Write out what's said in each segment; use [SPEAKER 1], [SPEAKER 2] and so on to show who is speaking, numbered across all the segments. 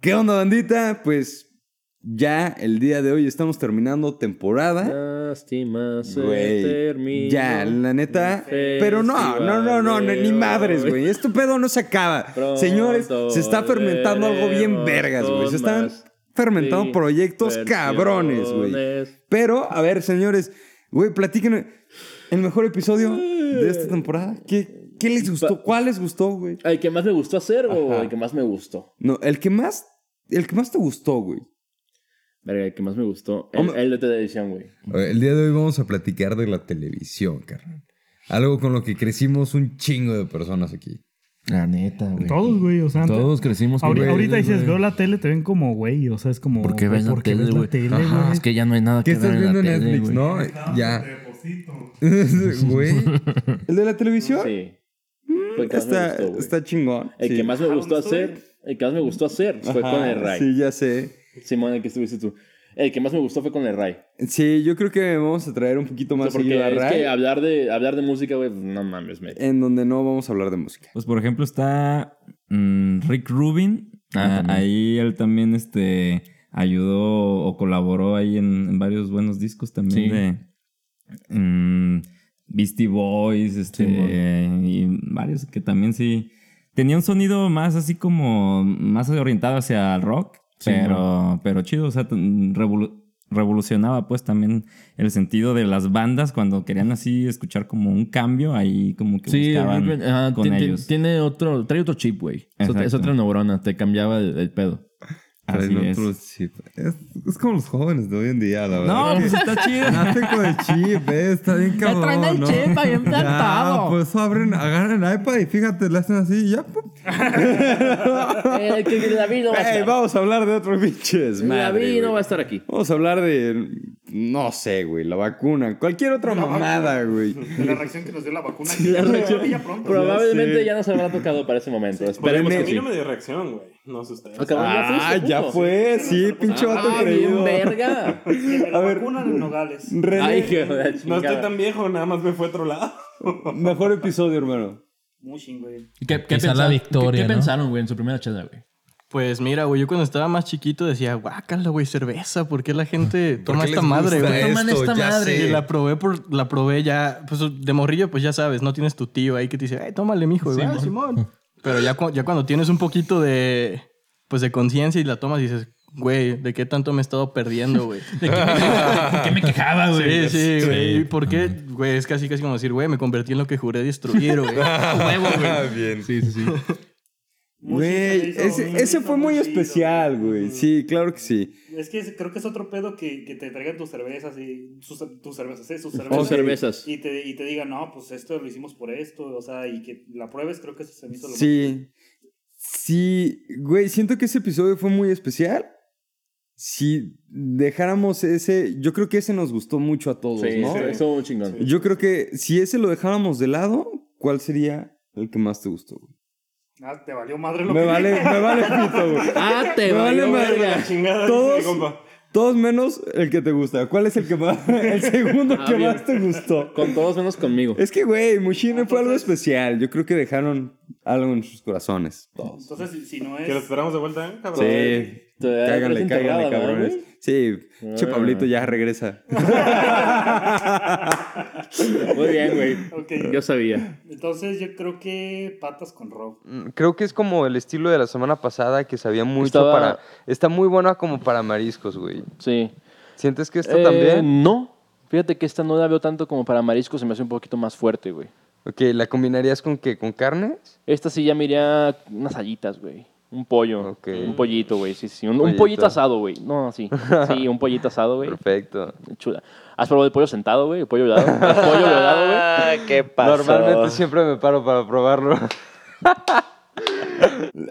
[SPEAKER 1] ¿Qué onda, bandita? Pues ya el día de hoy estamos terminando temporada.
[SPEAKER 2] Lástima se
[SPEAKER 1] Güey,
[SPEAKER 2] terminó
[SPEAKER 1] Ya, la neta.
[SPEAKER 2] el
[SPEAKER 1] Pero no,
[SPEAKER 2] festival
[SPEAKER 1] no, no, no,
[SPEAKER 2] de
[SPEAKER 1] ni madres,
[SPEAKER 2] hoy.
[SPEAKER 1] güey. Esto pedo no se acaba. Señores,
[SPEAKER 2] Pronto
[SPEAKER 1] se está fermentando algo bien
[SPEAKER 2] veremos
[SPEAKER 1] vergas, güey. Se están
[SPEAKER 2] más.
[SPEAKER 1] fermentando
[SPEAKER 2] Sí,
[SPEAKER 1] proyectos cabrones, güey.
[SPEAKER 2] versiones.
[SPEAKER 1] Pero, a ver, señores, güey, platíquenme. El mejor episodio de esta temporada. ¿Qué, qué les gustó?
[SPEAKER 2] Pa-
[SPEAKER 1] ¿Cuál les gustó, güey?
[SPEAKER 2] El que más me gustó hacer o
[SPEAKER 1] Ajá.
[SPEAKER 2] el que más me gustó.
[SPEAKER 1] No, el que más. El que más te gustó, güey.
[SPEAKER 2] Verga, el que más me gustó. El,
[SPEAKER 1] Hombre.
[SPEAKER 2] el de televisión, güey.
[SPEAKER 3] El día de hoy vamos a platicar de la televisión, carnal. Algo con lo que crecimos un chingo de personas aquí.
[SPEAKER 4] La neta, güey.
[SPEAKER 5] Todos, güey, o sea, antes-
[SPEAKER 4] Todos crecimos
[SPEAKER 5] ahori-
[SPEAKER 4] redes,
[SPEAKER 5] Ahorita, dices,
[SPEAKER 4] güey.
[SPEAKER 5] veo la tele, te ven como güey, o sea, es como.
[SPEAKER 4] ¿Por qué ves la
[SPEAKER 5] ¿por qué
[SPEAKER 4] tele,
[SPEAKER 5] ves
[SPEAKER 4] güey? Ajá,
[SPEAKER 5] güey?
[SPEAKER 4] Es que ya no hay nada
[SPEAKER 3] ¿Qué
[SPEAKER 4] que ver
[SPEAKER 3] estás viendo en
[SPEAKER 4] la tele,
[SPEAKER 3] Netflix,
[SPEAKER 4] güey.
[SPEAKER 3] no? Ya. Güey.
[SPEAKER 1] ¿El de la televisión?
[SPEAKER 2] Sí. Fue el que más me
[SPEAKER 1] Ah. Mm, Está,
[SPEAKER 2] gustó, güey.
[SPEAKER 1] está chingón.
[SPEAKER 2] El
[SPEAKER 1] sí.
[SPEAKER 2] que más me gustó hacer, el que más me gustó hacer fue
[SPEAKER 1] Ajá,
[SPEAKER 2] con el Ray.
[SPEAKER 1] Sí, ya sé.
[SPEAKER 2] Simón, el que estuviste tú. El que más me gustó fue con el Ray.
[SPEAKER 1] Sí, yo creo que vamos a traer un poquito
[SPEAKER 2] O sea,
[SPEAKER 1] más seguido
[SPEAKER 2] porque
[SPEAKER 1] a
[SPEAKER 2] es
[SPEAKER 1] Ray,
[SPEAKER 2] que hablar de, hablar de música, güey, no mames, me.
[SPEAKER 1] en donde no vamos a hablar de música.
[SPEAKER 6] Pues por ejemplo está mm, Rick Rubin. Ah,
[SPEAKER 4] también.
[SPEAKER 6] ahí él también este, ayudó o colaboró ahí en, en varios buenos discos también
[SPEAKER 4] Sí.
[SPEAKER 6] de mm, Beastie Boys este, y varios que también sí. Tenía un sonido más así como más orientado hacia el rock,
[SPEAKER 4] Sí,
[SPEAKER 6] pero, pero chido, o sea, t- revolu- revolucionaba pues también el sentido de las bandas cuando querían así escuchar como un cambio, ahí como que
[SPEAKER 4] Sí,
[SPEAKER 6] buscaban
[SPEAKER 4] Ruben, ajá,
[SPEAKER 6] con
[SPEAKER 4] ti- ti-
[SPEAKER 6] ellos.
[SPEAKER 4] tiene otro, trae otro chip, güey. Es otra- Es
[SPEAKER 6] Exacto.
[SPEAKER 4] otra neurona, te cambiaba el, el pedo.
[SPEAKER 6] Así
[SPEAKER 3] Traen
[SPEAKER 6] es.
[SPEAKER 3] otro chip. Es, es como los jóvenes de hoy en día, la verdad.
[SPEAKER 6] No, pues está chido.
[SPEAKER 3] Nacen con el chip, eh, está bien cabrón. ¿no?
[SPEAKER 4] bien
[SPEAKER 3] Ya, por eso abren, agarran el iPad y fíjate, le hacen así y ya. pum.
[SPEAKER 2] El Eh, que el David no va a
[SPEAKER 1] Ey,
[SPEAKER 2] estar.
[SPEAKER 1] Eh, vamos a hablar de otros pinches,
[SPEAKER 2] El David
[SPEAKER 1] madre,
[SPEAKER 2] no va a
[SPEAKER 1] güey.
[SPEAKER 2] estar aquí.
[SPEAKER 1] Vamos a hablar de, no sé, güey, la vacuna, cualquier otra mamada, güey.
[SPEAKER 5] De La reacción que nos dio la vacuna.
[SPEAKER 2] La
[SPEAKER 5] que
[SPEAKER 2] reacción-
[SPEAKER 5] ya pronto.
[SPEAKER 2] Probablemente
[SPEAKER 1] sé. Pues,
[SPEAKER 2] ya nos habrá tocado para ese momento.
[SPEAKER 7] Porque
[SPEAKER 2] Esperemos
[SPEAKER 7] a
[SPEAKER 2] que
[SPEAKER 7] mí
[SPEAKER 2] sí.
[SPEAKER 7] no me dio reacción, güey. No sé ustedes.
[SPEAKER 2] Acabó,
[SPEAKER 1] Ah,
[SPEAKER 2] fuiste,
[SPEAKER 1] ya
[SPEAKER 2] puto.
[SPEAKER 1] fue, sí, pinche vato
[SPEAKER 2] Ah, bien
[SPEAKER 1] creído.
[SPEAKER 2] verga.
[SPEAKER 5] Me
[SPEAKER 1] A
[SPEAKER 5] la
[SPEAKER 1] ver.
[SPEAKER 5] vacuna de Nogales.
[SPEAKER 1] René,
[SPEAKER 2] Ay, qué la
[SPEAKER 7] No
[SPEAKER 2] chingada.
[SPEAKER 7] estoy tan viejo, nada más me fue a otro lado.
[SPEAKER 1] mejor episodio, hermano.
[SPEAKER 5] Mushin, güey.
[SPEAKER 4] ¿Qué, qué,
[SPEAKER 8] Quizá
[SPEAKER 4] pensa-
[SPEAKER 8] la victoria,
[SPEAKER 4] qué- qué
[SPEAKER 8] ¿no?
[SPEAKER 4] pensaron, güey, en su primera cheda, güey?
[SPEAKER 8] Pues mira, güey, yo cuando estaba más chiquito decía, guácala, güey, cerveza, ¿por qué la gente toma
[SPEAKER 3] qué
[SPEAKER 8] esta
[SPEAKER 3] les
[SPEAKER 8] madre,
[SPEAKER 3] gusta
[SPEAKER 8] güey?
[SPEAKER 3] esto?
[SPEAKER 4] Toman esta
[SPEAKER 3] Ya
[SPEAKER 4] madre.
[SPEAKER 3] sé.
[SPEAKER 8] Y la probé por, la probé ya, pues de morrillo, pues ya sabes, no tienes tu tío ahí que te dice, ay, tómale, mijo, güey, "Ah, Simón. Pero ya, cu- ya cuando tienes un poquito de, pues de conciencia y la tomas, dices, güey, ¿de qué tanto me he estado perdiendo, güey?
[SPEAKER 4] ¿De qué me quejaba, ¿De qué me quejaba,
[SPEAKER 8] Sí,
[SPEAKER 4] güey?
[SPEAKER 8] sí, güey. ¿Y por qué? Güey, es casi casi como decir, güey, me convertí en lo que juré destruir, güey. Huevo, güey.
[SPEAKER 3] Bien.
[SPEAKER 4] Sí, sí, sí.
[SPEAKER 5] Mushin se le
[SPEAKER 1] Güey,
[SPEAKER 5] hizo-
[SPEAKER 1] ese,
[SPEAKER 5] Mushin
[SPEAKER 1] ese
[SPEAKER 5] está
[SPEAKER 1] fue muy
[SPEAKER 5] chido.
[SPEAKER 1] especial, güey. Sí, claro que sí.
[SPEAKER 5] Es que es- creo que es otro pedo que, que te traigan tus cervezas y sus, tus cervezas, ¿eh? Sus cervezas.
[SPEAKER 2] Con cervezas.
[SPEAKER 5] Y te, y te digan, no, pues esto lo hicimos por esto, o sea, y que la pruebes, creo que eso se me hizo lo
[SPEAKER 1] Sí. Sí, güey, siento que ese episodio fue muy especial. Si dejáramos ese, yo creo que ese nos gustó mucho a todos,
[SPEAKER 2] Sí,
[SPEAKER 1] Pues, ¿no?
[SPEAKER 2] sí, estuvo muy chingón.
[SPEAKER 1] Yo creo que si ese lo dejáramos de lado, ¿cuál sería el que más te gustó? güey?
[SPEAKER 5] Ah, te valió madre lo
[SPEAKER 1] Me
[SPEAKER 5] que
[SPEAKER 1] vale, me vale pito, güey.
[SPEAKER 2] Ah, te
[SPEAKER 1] Me vale
[SPEAKER 2] valió
[SPEAKER 1] madre.
[SPEAKER 2] verga.
[SPEAKER 7] Chingada,
[SPEAKER 1] Todos-
[SPEAKER 7] mi compa.
[SPEAKER 1] Todos menos el que te gusta. ¿Cuál es el que más, el segundo
[SPEAKER 2] Ah,
[SPEAKER 1] que
[SPEAKER 2] bien.
[SPEAKER 1] más te gustó?
[SPEAKER 2] Con todos menos conmigo.
[SPEAKER 1] Es que, güey, Mushine fue algo especial. Yo creo que dejaron algo en sus corazones. Todos.
[SPEAKER 5] Entonces, si, si no es.
[SPEAKER 7] Que los esperamos de vuelta, ¿eh, cabrón.
[SPEAKER 1] Sí.
[SPEAKER 2] Todavía
[SPEAKER 1] Cáganle,
[SPEAKER 2] tres
[SPEAKER 1] cáganle,
[SPEAKER 2] integradas, ¿verdad,
[SPEAKER 1] cabrones.
[SPEAKER 2] güey?
[SPEAKER 1] Sí,
[SPEAKER 2] Ah.
[SPEAKER 1] che Pablito ya regresa.
[SPEAKER 2] Muy bien, güey.
[SPEAKER 5] Ok.
[SPEAKER 2] Yo sabía.
[SPEAKER 5] Entonces, yo creo que patas con Rob.
[SPEAKER 9] mm, Creo que es como el estilo de la semana pasada que sabía mucho
[SPEAKER 2] Estaba-
[SPEAKER 9] para... Está muy buena como para mariscos, güey.
[SPEAKER 2] Sí.
[SPEAKER 9] ¿Sientes que esto
[SPEAKER 2] Eh,
[SPEAKER 9] también?
[SPEAKER 2] No. Fíjate que esta no la veo tanto como para marisco, se me hace un poquito más fuerte, güey.
[SPEAKER 9] Ok, ¿la combinarías con qué? ¿Con carnes?
[SPEAKER 2] Esta sí ya me iría unas alitas, güey. Un pollo.
[SPEAKER 9] Ok.
[SPEAKER 2] Un pollito, güey. Sí, sí. Un, un
[SPEAKER 9] Pollito.
[SPEAKER 2] pollito asado, güey. No, sí. Sí, un pollito asado, güey.
[SPEAKER 9] Perfecto.
[SPEAKER 2] Chula. ¿Has probado el pollo sentado, güey? El pollo violado. El pollo violado, güey.
[SPEAKER 9] Ah, ¿qué pasa? Normalmente siempre me paro para probarlo.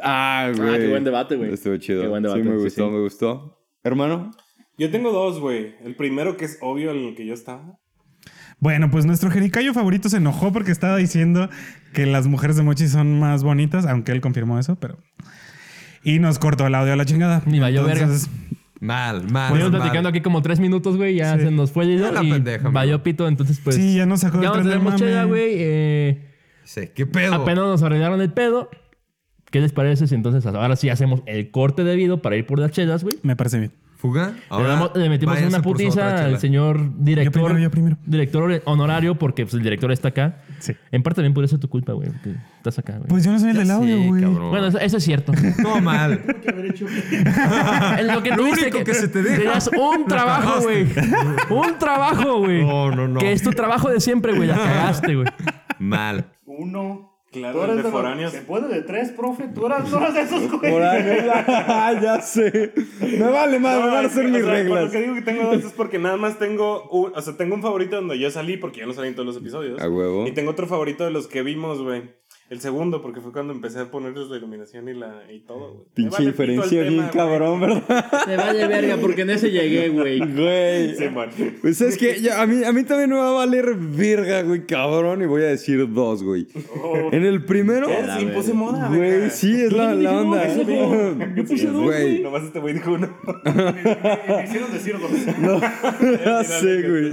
[SPEAKER 1] Ah, güey.
[SPEAKER 2] Ah, qué buen debate, güey.
[SPEAKER 1] Estuvo chido.
[SPEAKER 2] Qué buen debate,
[SPEAKER 1] sí, me
[SPEAKER 2] sí,
[SPEAKER 1] gustó,
[SPEAKER 2] sí.
[SPEAKER 1] me gustó. Hermano,
[SPEAKER 7] Yo tengo dos, güey. El primero que es obvio en el que yo estaba.
[SPEAKER 10] Bueno, pues nuestro jericayo favorito se enojó porque estaba diciendo que las mujeres de Mochi son más bonitas, aunque él confirmó eso, pero... Y nos cortó el audio a la chingada.
[SPEAKER 8] Ni valió
[SPEAKER 10] Entonces,
[SPEAKER 3] Mal, mal.
[SPEAKER 8] Estuvimos
[SPEAKER 3] mal.
[SPEAKER 8] platicando aquí como tres minutos, güey, ya se nos fue el hilo
[SPEAKER 3] Ya la
[SPEAKER 8] y
[SPEAKER 3] pendeja,
[SPEAKER 8] valió
[SPEAKER 3] amigo.
[SPEAKER 8] pito, entonces pues...
[SPEAKER 10] sí, ya nos sacó
[SPEAKER 8] ya
[SPEAKER 10] del
[SPEAKER 8] no
[SPEAKER 10] tren del
[SPEAKER 8] tenemos
[SPEAKER 10] mame.
[SPEAKER 8] chela, güey. eh,
[SPEAKER 3] Sí, ¿Qué pedo?
[SPEAKER 8] apenas nos arreglaron el pedo.
[SPEAKER 4] ¿Qué les parece si entonces ahora sí hacemos el corte debido para ir por las chelas, güey?
[SPEAKER 11] Me parece bien.
[SPEAKER 12] ¿Fuga?
[SPEAKER 4] le, damos- le metimos
[SPEAKER 12] váyanse
[SPEAKER 4] una
[SPEAKER 12] por su otra
[SPEAKER 4] putiza al
[SPEAKER 12] chela.
[SPEAKER 4] señor director.
[SPEAKER 11] primero, yo primero.
[SPEAKER 4] Director honorario, porque pues, el director está acá.
[SPEAKER 11] Sí.
[SPEAKER 4] En parte también por eso es tu culpa, güey. porque Estás acá, güey.
[SPEAKER 11] Pues yo no soy el del audio,
[SPEAKER 12] Sí,
[SPEAKER 11] güey.
[SPEAKER 12] cabrón.
[SPEAKER 4] bueno, eso, eso es cierto.
[SPEAKER 12] Todo mal.
[SPEAKER 4] En lo que
[SPEAKER 12] Lo
[SPEAKER 4] tuviste
[SPEAKER 12] único que se te deja.
[SPEAKER 4] tenías un trabajo, güey. Un trabajo, güey.
[SPEAKER 12] No, no, no.
[SPEAKER 4] Que es tu trabajo de siempre, güey. La cagaste, güey.
[SPEAKER 12] mal.
[SPEAKER 5] Uno.
[SPEAKER 10] Claro,
[SPEAKER 5] Tú eres
[SPEAKER 10] el
[SPEAKER 5] de
[SPEAKER 10] de
[SPEAKER 5] los-
[SPEAKER 10] foráneos.
[SPEAKER 5] Se puede de tres, profe. Tú eras tú eras de esos, güey.
[SPEAKER 1] Por ahí, ya sé. Me vale madre, me van a
[SPEAKER 10] es-
[SPEAKER 1] hacer
[SPEAKER 10] o
[SPEAKER 1] mis
[SPEAKER 10] sea, Cuando
[SPEAKER 1] reglas.
[SPEAKER 10] que digo que tengo dos es porque nada más tengo un, o sea, tengo un favorito donde yo salí porque yo no salí en todos los episodios.
[SPEAKER 1] A huevo.
[SPEAKER 10] Y tengo otro favorito de los que vimos, güey. El segundo, porque fue cuando empecé a ponerles la iluminación y, la, y todo, güey. Me
[SPEAKER 1] Pinche
[SPEAKER 10] vale pito
[SPEAKER 1] diferencia
[SPEAKER 10] el
[SPEAKER 1] bien
[SPEAKER 10] tema, güey.
[SPEAKER 1] cabrón, ¿verdad?
[SPEAKER 13] Te vale verga porque en ese llegué, güey.
[SPEAKER 1] Güey.
[SPEAKER 10] Sí, man.
[SPEAKER 1] Pues es que yo- a, mí, a mí también me va a valer verga, güey, cabrón. Y voy a decir dos, güey. En el primero.
[SPEAKER 10] Sí, puse moda,
[SPEAKER 1] Güey,
[SPEAKER 10] Oh. verga.
[SPEAKER 1] sí, es la, la onda. Yo
[SPEAKER 10] Sí,
[SPEAKER 1] güey.
[SPEAKER 10] Nomás este güey dijo uno.
[SPEAKER 5] Me hicieron decir dos.
[SPEAKER 1] Ya sé, güey.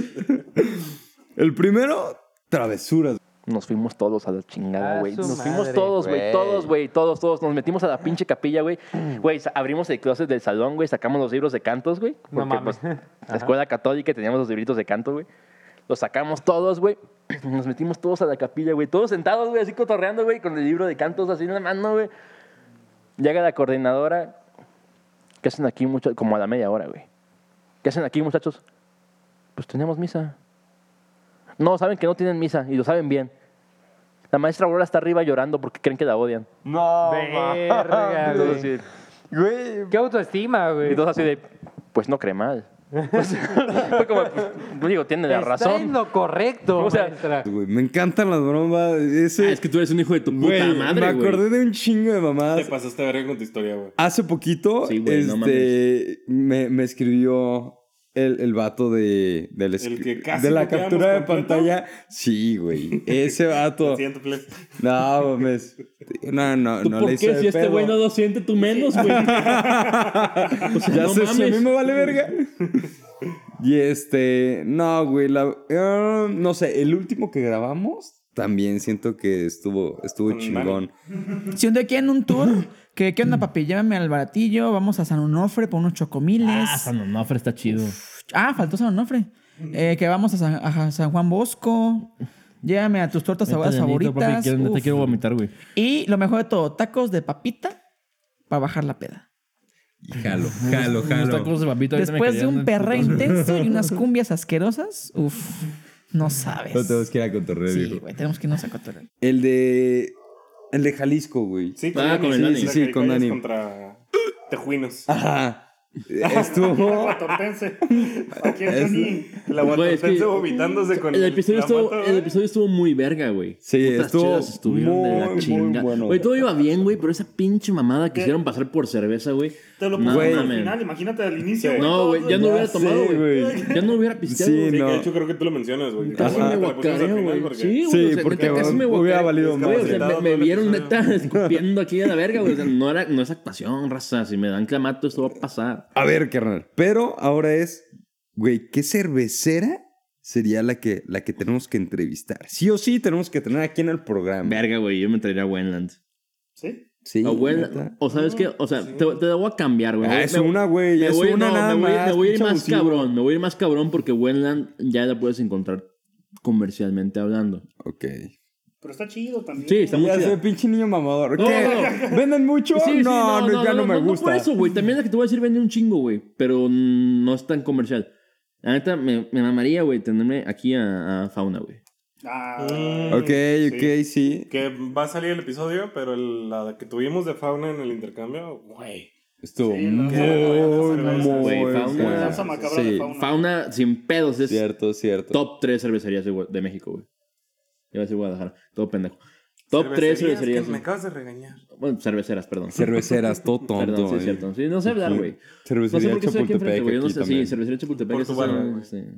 [SPEAKER 1] El primero, travesuras.
[SPEAKER 13] Nos fuimos todos a la chingada,
[SPEAKER 9] Ah,
[SPEAKER 13] güey.
[SPEAKER 9] su
[SPEAKER 13] Nos
[SPEAKER 9] madre,
[SPEAKER 13] fuimos todos, güey.
[SPEAKER 9] güey. Mm.
[SPEAKER 13] Todos, güey. Todos, todos. Nos metimos a la pinche capilla, güey. Güey, sa- abrimos el closet del salón, güey. Sacamos los libros de cantos, güey.
[SPEAKER 9] No
[SPEAKER 13] Porque,
[SPEAKER 9] mames.
[SPEAKER 13] pues, la escuela católica y teníamos los libritos de canto, güey. Los sacamos todos, güey. Nos metimos todos a la capilla, güey. Todos sentados, güey, así cotorreando, güey, con el libro de cantos así en la mano, güey. Llega la coordinadora. ¿Qué hacen aquí, muchachos? Como a la media hora, güey. ¿Qué hacen aquí, muchachos? Pues tenemos misa. No, saben que no tienen misa y lo saben bien. La maestra Aurora está arriba llorando porque creen que la odian.
[SPEAKER 9] No,
[SPEAKER 4] Verga,
[SPEAKER 9] mames.
[SPEAKER 4] güey.
[SPEAKER 13] Sí.
[SPEAKER 9] Güey, qué autoestima, güey.
[SPEAKER 13] Y todos así de, pues no cree mal. O sea, Fue como, pues, digo, tiene la
[SPEAKER 9] Está en
[SPEAKER 13] razón.
[SPEAKER 9] lo correcto,
[SPEAKER 13] O sea,
[SPEAKER 9] maestra.
[SPEAKER 1] Güey, me encantan las bromas. Ese,
[SPEAKER 2] Ah, es que tú eres un hijo de tu puta
[SPEAKER 1] güey, me
[SPEAKER 2] madre, güey.
[SPEAKER 1] acordé de un chingo de
[SPEAKER 10] Te
[SPEAKER 1] mamadas.
[SPEAKER 10] pasaste verga con tu historia, güey.
[SPEAKER 1] Hace poquito,
[SPEAKER 2] Sí, güey, no
[SPEAKER 1] este, me, me escribió el, el vato de, del
[SPEAKER 10] El que casi
[SPEAKER 1] de la
[SPEAKER 10] no quedamos
[SPEAKER 1] captura de
[SPEAKER 10] completo.
[SPEAKER 1] pantalla. Sí, güey. Ese vato.
[SPEAKER 10] Lo siento, please.
[SPEAKER 1] No, mames. No, no,
[SPEAKER 2] ¿Tú
[SPEAKER 1] no
[SPEAKER 2] por
[SPEAKER 1] le
[SPEAKER 2] qué?
[SPEAKER 1] hice de
[SPEAKER 2] Si este
[SPEAKER 1] pedo.
[SPEAKER 2] güey no lo siente, tú menos, güey. O sea,
[SPEAKER 1] ya
[SPEAKER 2] no
[SPEAKER 1] sé si a
[SPEAKER 2] mames.
[SPEAKER 1] mí me vale verga. y este, no, güey, la, ah, no sé, el último que grabamos también siento que estuvo estuvo
[SPEAKER 10] Con
[SPEAKER 1] chingón.
[SPEAKER 14] Si un día quieren un tour, que qué onda, papi, llévame al baratillo, vamos a San Onofre por unos chocomiles.
[SPEAKER 2] Ah, San Onofre está chido.
[SPEAKER 14] Ah, faltó San Onofre. Eh, que vamos a San, a San Juan Bosco. Llévame a tus tortas ahogadas
[SPEAKER 2] Vete, nenito, porque
[SPEAKER 14] favoritas.
[SPEAKER 2] quiero- neta,
[SPEAKER 14] Uf.
[SPEAKER 2] quiero vomitar, güey.
[SPEAKER 14] Y lo mejor de todo, tacos de papita para bajar la peda.
[SPEAKER 12] Y jalo, jalo,
[SPEAKER 2] Unos
[SPEAKER 12] jalo.
[SPEAKER 2] tacos de papita, ahorita me
[SPEAKER 14] Después de
[SPEAKER 2] cayeron
[SPEAKER 14] un
[SPEAKER 2] en-
[SPEAKER 14] perreo intenso y unas cumbias asquerosas, uff, no sabes.
[SPEAKER 12] No tenemos que ir a cotorrear,
[SPEAKER 14] Sí,
[SPEAKER 12] viejo.
[SPEAKER 14] güey, tenemos que irnos a cotorrear.
[SPEAKER 1] El de el de Jalisco, güey.
[SPEAKER 10] Sí,
[SPEAKER 2] Ah, con el
[SPEAKER 10] sí,
[SPEAKER 2] Dani.
[SPEAKER 10] sí,
[SPEAKER 1] Sí,
[SPEAKER 10] sí,
[SPEAKER 1] con
[SPEAKER 10] con
[SPEAKER 1] Dani.
[SPEAKER 10] Contra Tejuinos.
[SPEAKER 1] Ajá. Estuvo
[SPEAKER 5] Guatortense. Aquí es Dani.
[SPEAKER 10] La
[SPEAKER 2] Güey, es
[SPEAKER 10] guatontense
[SPEAKER 2] que
[SPEAKER 10] vomitándose con
[SPEAKER 2] El episodio,
[SPEAKER 10] la
[SPEAKER 2] estuvo,
[SPEAKER 10] moto,
[SPEAKER 2] el
[SPEAKER 10] güey.
[SPEAKER 2] episodio estuvo muy verga, güey.
[SPEAKER 1] Sí,
[SPEAKER 2] Putas
[SPEAKER 1] estuvo
[SPEAKER 2] chelas estuvieron de
[SPEAKER 1] muy,
[SPEAKER 2] la
[SPEAKER 1] muy
[SPEAKER 2] chinga.
[SPEAKER 1] bueno.
[SPEAKER 2] Güey, todo iba bien, güey, pero esa pinche mamada que hicieron pasar por cerveza, güey.
[SPEAKER 5] Te lo
[SPEAKER 2] No
[SPEAKER 5] puse al
[SPEAKER 2] mames.
[SPEAKER 5] final, imagínate al inicio. güey.
[SPEAKER 2] No, güey, ya no hubiera
[SPEAKER 1] sé,
[SPEAKER 2] tomado, güey.
[SPEAKER 1] güey.
[SPEAKER 2] Ya no hubiera pisteado.
[SPEAKER 1] Sí,
[SPEAKER 2] güey.
[SPEAKER 10] Sí, que
[SPEAKER 1] no.
[SPEAKER 10] de hecho creo que tú lo mencionas, güey.
[SPEAKER 2] Casi
[SPEAKER 10] Ajá.
[SPEAKER 2] me
[SPEAKER 10] Te la pusiste al
[SPEAKER 2] guacareo,
[SPEAKER 10] final
[SPEAKER 2] güey.
[SPEAKER 10] porque-
[SPEAKER 2] Sí,
[SPEAKER 1] Sí,
[SPEAKER 2] güey, o sea,
[SPEAKER 1] porque
[SPEAKER 2] neta, casi me
[SPEAKER 1] hubiera
[SPEAKER 2] guacareo.
[SPEAKER 1] valido
[SPEAKER 2] Güey, o
[SPEAKER 1] más.
[SPEAKER 2] sea, me,
[SPEAKER 10] Capacitado
[SPEAKER 2] me
[SPEAKER 10] todo lo
[SPEAKER 2] vieron
[SPEAKER 10] que
[SPEAKER 2] neta escupiendo aquí a la verga, güey. O sea, no, era, no es actuación, raza. Si me dan clamato, esto va a pasar.
[SPEAKER 1] A ver, carnal. Pero ahora es, güey, ¿qué cervecera sería la que, la que tenemos que entrevistar? Sí o sí tenemos que tener aquí en el programa.
[SPEAKER 2] Verga, güey, yo me traería a Wenland.
[SPEAKER 5] ¿Sí?
[SPEAKER 1] Sí,
[SPEAKER 2] o, Wenland-
[SPEAKER 1] neta.
[SPEAKER 2] o sabes qué, o sea, te, te la voy a cambiar, güey.
[SPEAKER 1] Ah,
[SPEAKER 2] Me-
[SPEAKER 1] es
[SPEAKER 2] me-
[SPEAKER 1] una, güey.
[SPEAKER 2] Me
[SPEAKER 1] Es
[SPEAKER 2] voy,
[SPEAKER 1] una
[SPEAKER 2] no,
[SPEAKER 1] nada
[SPEAKER 2] me voy,
[SPEAKER 1] más.
[SPEAKER 2] me voy a ir
[SPEAKER 1] pinche
[SPEAKER 2] más
[SPEAKER 1] abusivo.
[SPEAKER 2] cabrón, me voy a ir más cabrón porque Wenland ya la puedes encontrar comercialmente hablando.
[SPEAKER 1] Ok.
[SPEAKER 5] Pero está chido también.
[SPEAKER 2] Sí, está muy
[SPEAKER 1] Ya
[SPEAKER 2] chida.
[SPEAKER 1] sé, pinche niño mamador.
[SPEAKER 2] No,
[SPEAKER 1] ¿Qué? ¿Venden mucho?
[SPEAKER 2] Sí, sí,
[SPEAKER 1] no, no, ya no, me
[SPEAKER 2] No por
[SPEAKER 1] gusta.
[SPEAKER 2] eso, güey. También la que te voy a decir vende un chingo, güey. Pero mm, no es tan comercial. La neta, me, me mamaría, güey, tenerme aquí a, a Fauna, güey.
[SPEAKER 5] Ah,
[SPEAKER 2] Mm.
[SPEAKER 1] ok, ok, sí.
[SPEAKER 10] Que va a salir el episodio, pero el- la que tuvimos de fauna en el intercambio, güey.
[SPEAKER 1] Estuvo
[SPEAKER 5] Sí, no,
[SPEAKER 1] muy,
[SPEAKER 10] no, no, no,
[SPEAKER 1] muy
[SPEAKER 2] güey, fauna.
[SPEAKER 1] buena.
[SPEAKER 5] Salsa macabra de
[SPEAKER 1] Sí,
[SPEAKER 5] fauna.
[SPEAKER 2] Fauna, sin pedos, es
[SPEAKER 1] Cierto, cierto.
[SPEAKER 2] top 3 cervecerías de, Gua- de México, güey. Yo voy a decir Guadalajara. Todo pendejo. Top 3
[SPEAKER 10] Cervecerías,
[SPEAKER 2] cervecerías.
[SPEAKER 10] que Me acabas de regañar.
[SPEAKER 2] Bueno, cerveceras, perdón.
[SPEAKER 1] Cerveceras, todo tonto.
[SPEAKER 2] Perdón, sí,
[SPEAKER 1] eh.
[SPEAKER 2] es cierto. Sí, no sé hablar,
[SPEAKER 1] Sí.
[SPEAKER 2] güey. No sé
[SPEAKER 1] Cervecería
[SPEAKER 2] por qué estoy aquí enfrente,
[SPEAKER 1] Chapultepec
[SPEAKER 2] güey. Yo No
[SPEAKER 1] aquí
[SPEAKER 2] sé, sí,
[SPEAKER 1] también.
[SPEAKER 2] cervecería Chapultepec.
[SPEAKER 10] Por
[SPEAKER 2] eso
[SPEAKER 10] tu barra,
[SPEAKER 2] son,
[SPEAKER 10] güey.
[SPEAKER 2] este,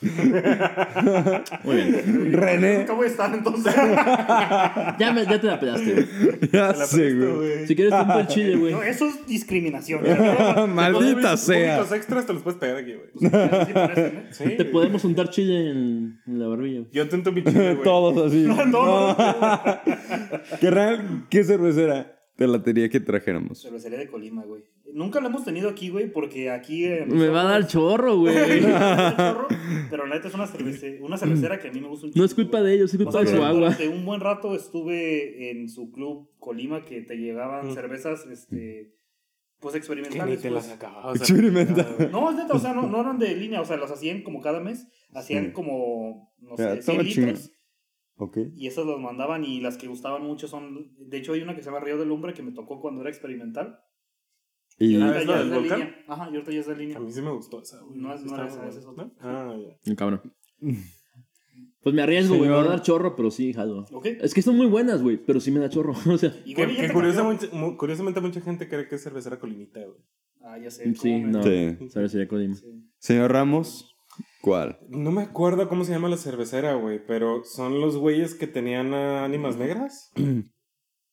[SPEAKER 2] Muy bien.
[SPEAKER 1] René,
[SPEAKER 5] ¿Cómo están entonces?
[SPEAKER 2] Ya, me- ya te la pedaste, güey.
[SPEAKER 1] ya
[SPEAKER 10] La
[SPEAKER 1] sé,
[SPEAKER 10] presto,
[SPEAKER 1] güey.
[SPEAKER 2] Si quieres, ponte el chile, güey.
[SPEAKER 5] No, eso es discriminación.
[SPEAKER 1] Maldita sea.
[SPEAKER 10] Los extras te los puedes pegar aquí, güey.
[SPEAKER 5] Así parecen, ¿eh?
[SPEAKER 10] Sí.
[SPEAKER 2] Te podemos untar chile en, en la barbilla.
[SPEAKER 10] Yo
[SPEAKER 2] eh,
[SPEAKER 10] intento mi chile, güey.
[SPEAKER 1] Todos así.
[SPEAKER 5] Todos.
[SPEAKER 1] ¿Qué, real? ¿Qué cervecera? Te la tenía que trajéramos.
[SPEAKER 5] Cervecería de Colima, güey. Nunca la hemos tenido aquí, güey, porque aquí. eh,
[SPEAKER 2] Me va a dar chorro, güey.
[SPEAKER 5] Me va a dar chorro, Pero la neta es una, cervece- una cervecera que a mí me gusta un
[SPEAKER 2] No es culpa de ellos, es
[SPEAKER 5] O
[SPEAKER 2] culpa
[SPEAKER 5] sea,
[SPEAKER 2] de su agua.
[SPEAKER 5] Durante un buen rato estuve en su club Colima que te llegaban cervezas, este, pues experimentales.
[SPEAKER 10] Que ni te
[SPEAKER 5] pues.
[SPEAKER 10] las acababas. Experimental.
[SPEAKER 5] No, es neta, o sea, no, no eran de línea, o sea, las hacían como cada mes, hacían como, no
[SPEAKER 1] Ah,
[SPEAKER 5] sé, 100
[SPEAKER 1] toma chinga.
[SPEAKER 5] litros.
[SPEAKER 1] Ok.
[SPEAKER 5] Y esas las mandaban y las que gustaban mucho son, de hecho hay una que se llama Río del Lumbre que me tocó cuando era experimental.
[SPEAKER 1] Y
[SPEAKER 5] ahorita
[SPEAKER 10] Ah, ¿es
[SPEAKER 5] ya
[SPEAKER 10] la del
[SPEAKER 5] es de
[SPEAKER 10] volcán?
[SPEAKER 5] línea. Ajá, y ahorita ya es de línea.
[SPEAKER 10] A mí sí me gustó esa, güey.
[SPEAKER 5] No, es- no
[SPEAKER 10] Estaba
[SPEAKER 5] era esa,
[SPEAKER 10] buena.
[SPEAKER 5] esa es otra.
[SPEAKER 10] Ah, ya.
[SPEAKER 2] cabrón. Pues me arriesgo, güey. Me va a
[SPEAKER 10] Señor.
[SPEAKER 2] dar chorro, pero sí, jalo.
[SPEAKER 5] Ok.
[SPEAKER 2] Es que son muy buenas, güey, pero sí me da chorro. O sea,
[SPEAKER 10] Que, que curiosa- mucha- mu- curiosamente mucha gente cree que es cervecera colinita, güey.
[SPEAKER 5] Ah, ya sé.
[SPEAKER 2] Sí, no.
[SPEAKER 1] Sí.
[SPEAKER 2] Cervecería Colima.
[SPEAKER 1] este, Señor Ramos, ¿cuál?
[SPEAKER 10] No me acuerdo cómo se llama la cervecera, güey, pero son los güeyes que tenían a ánimas negras.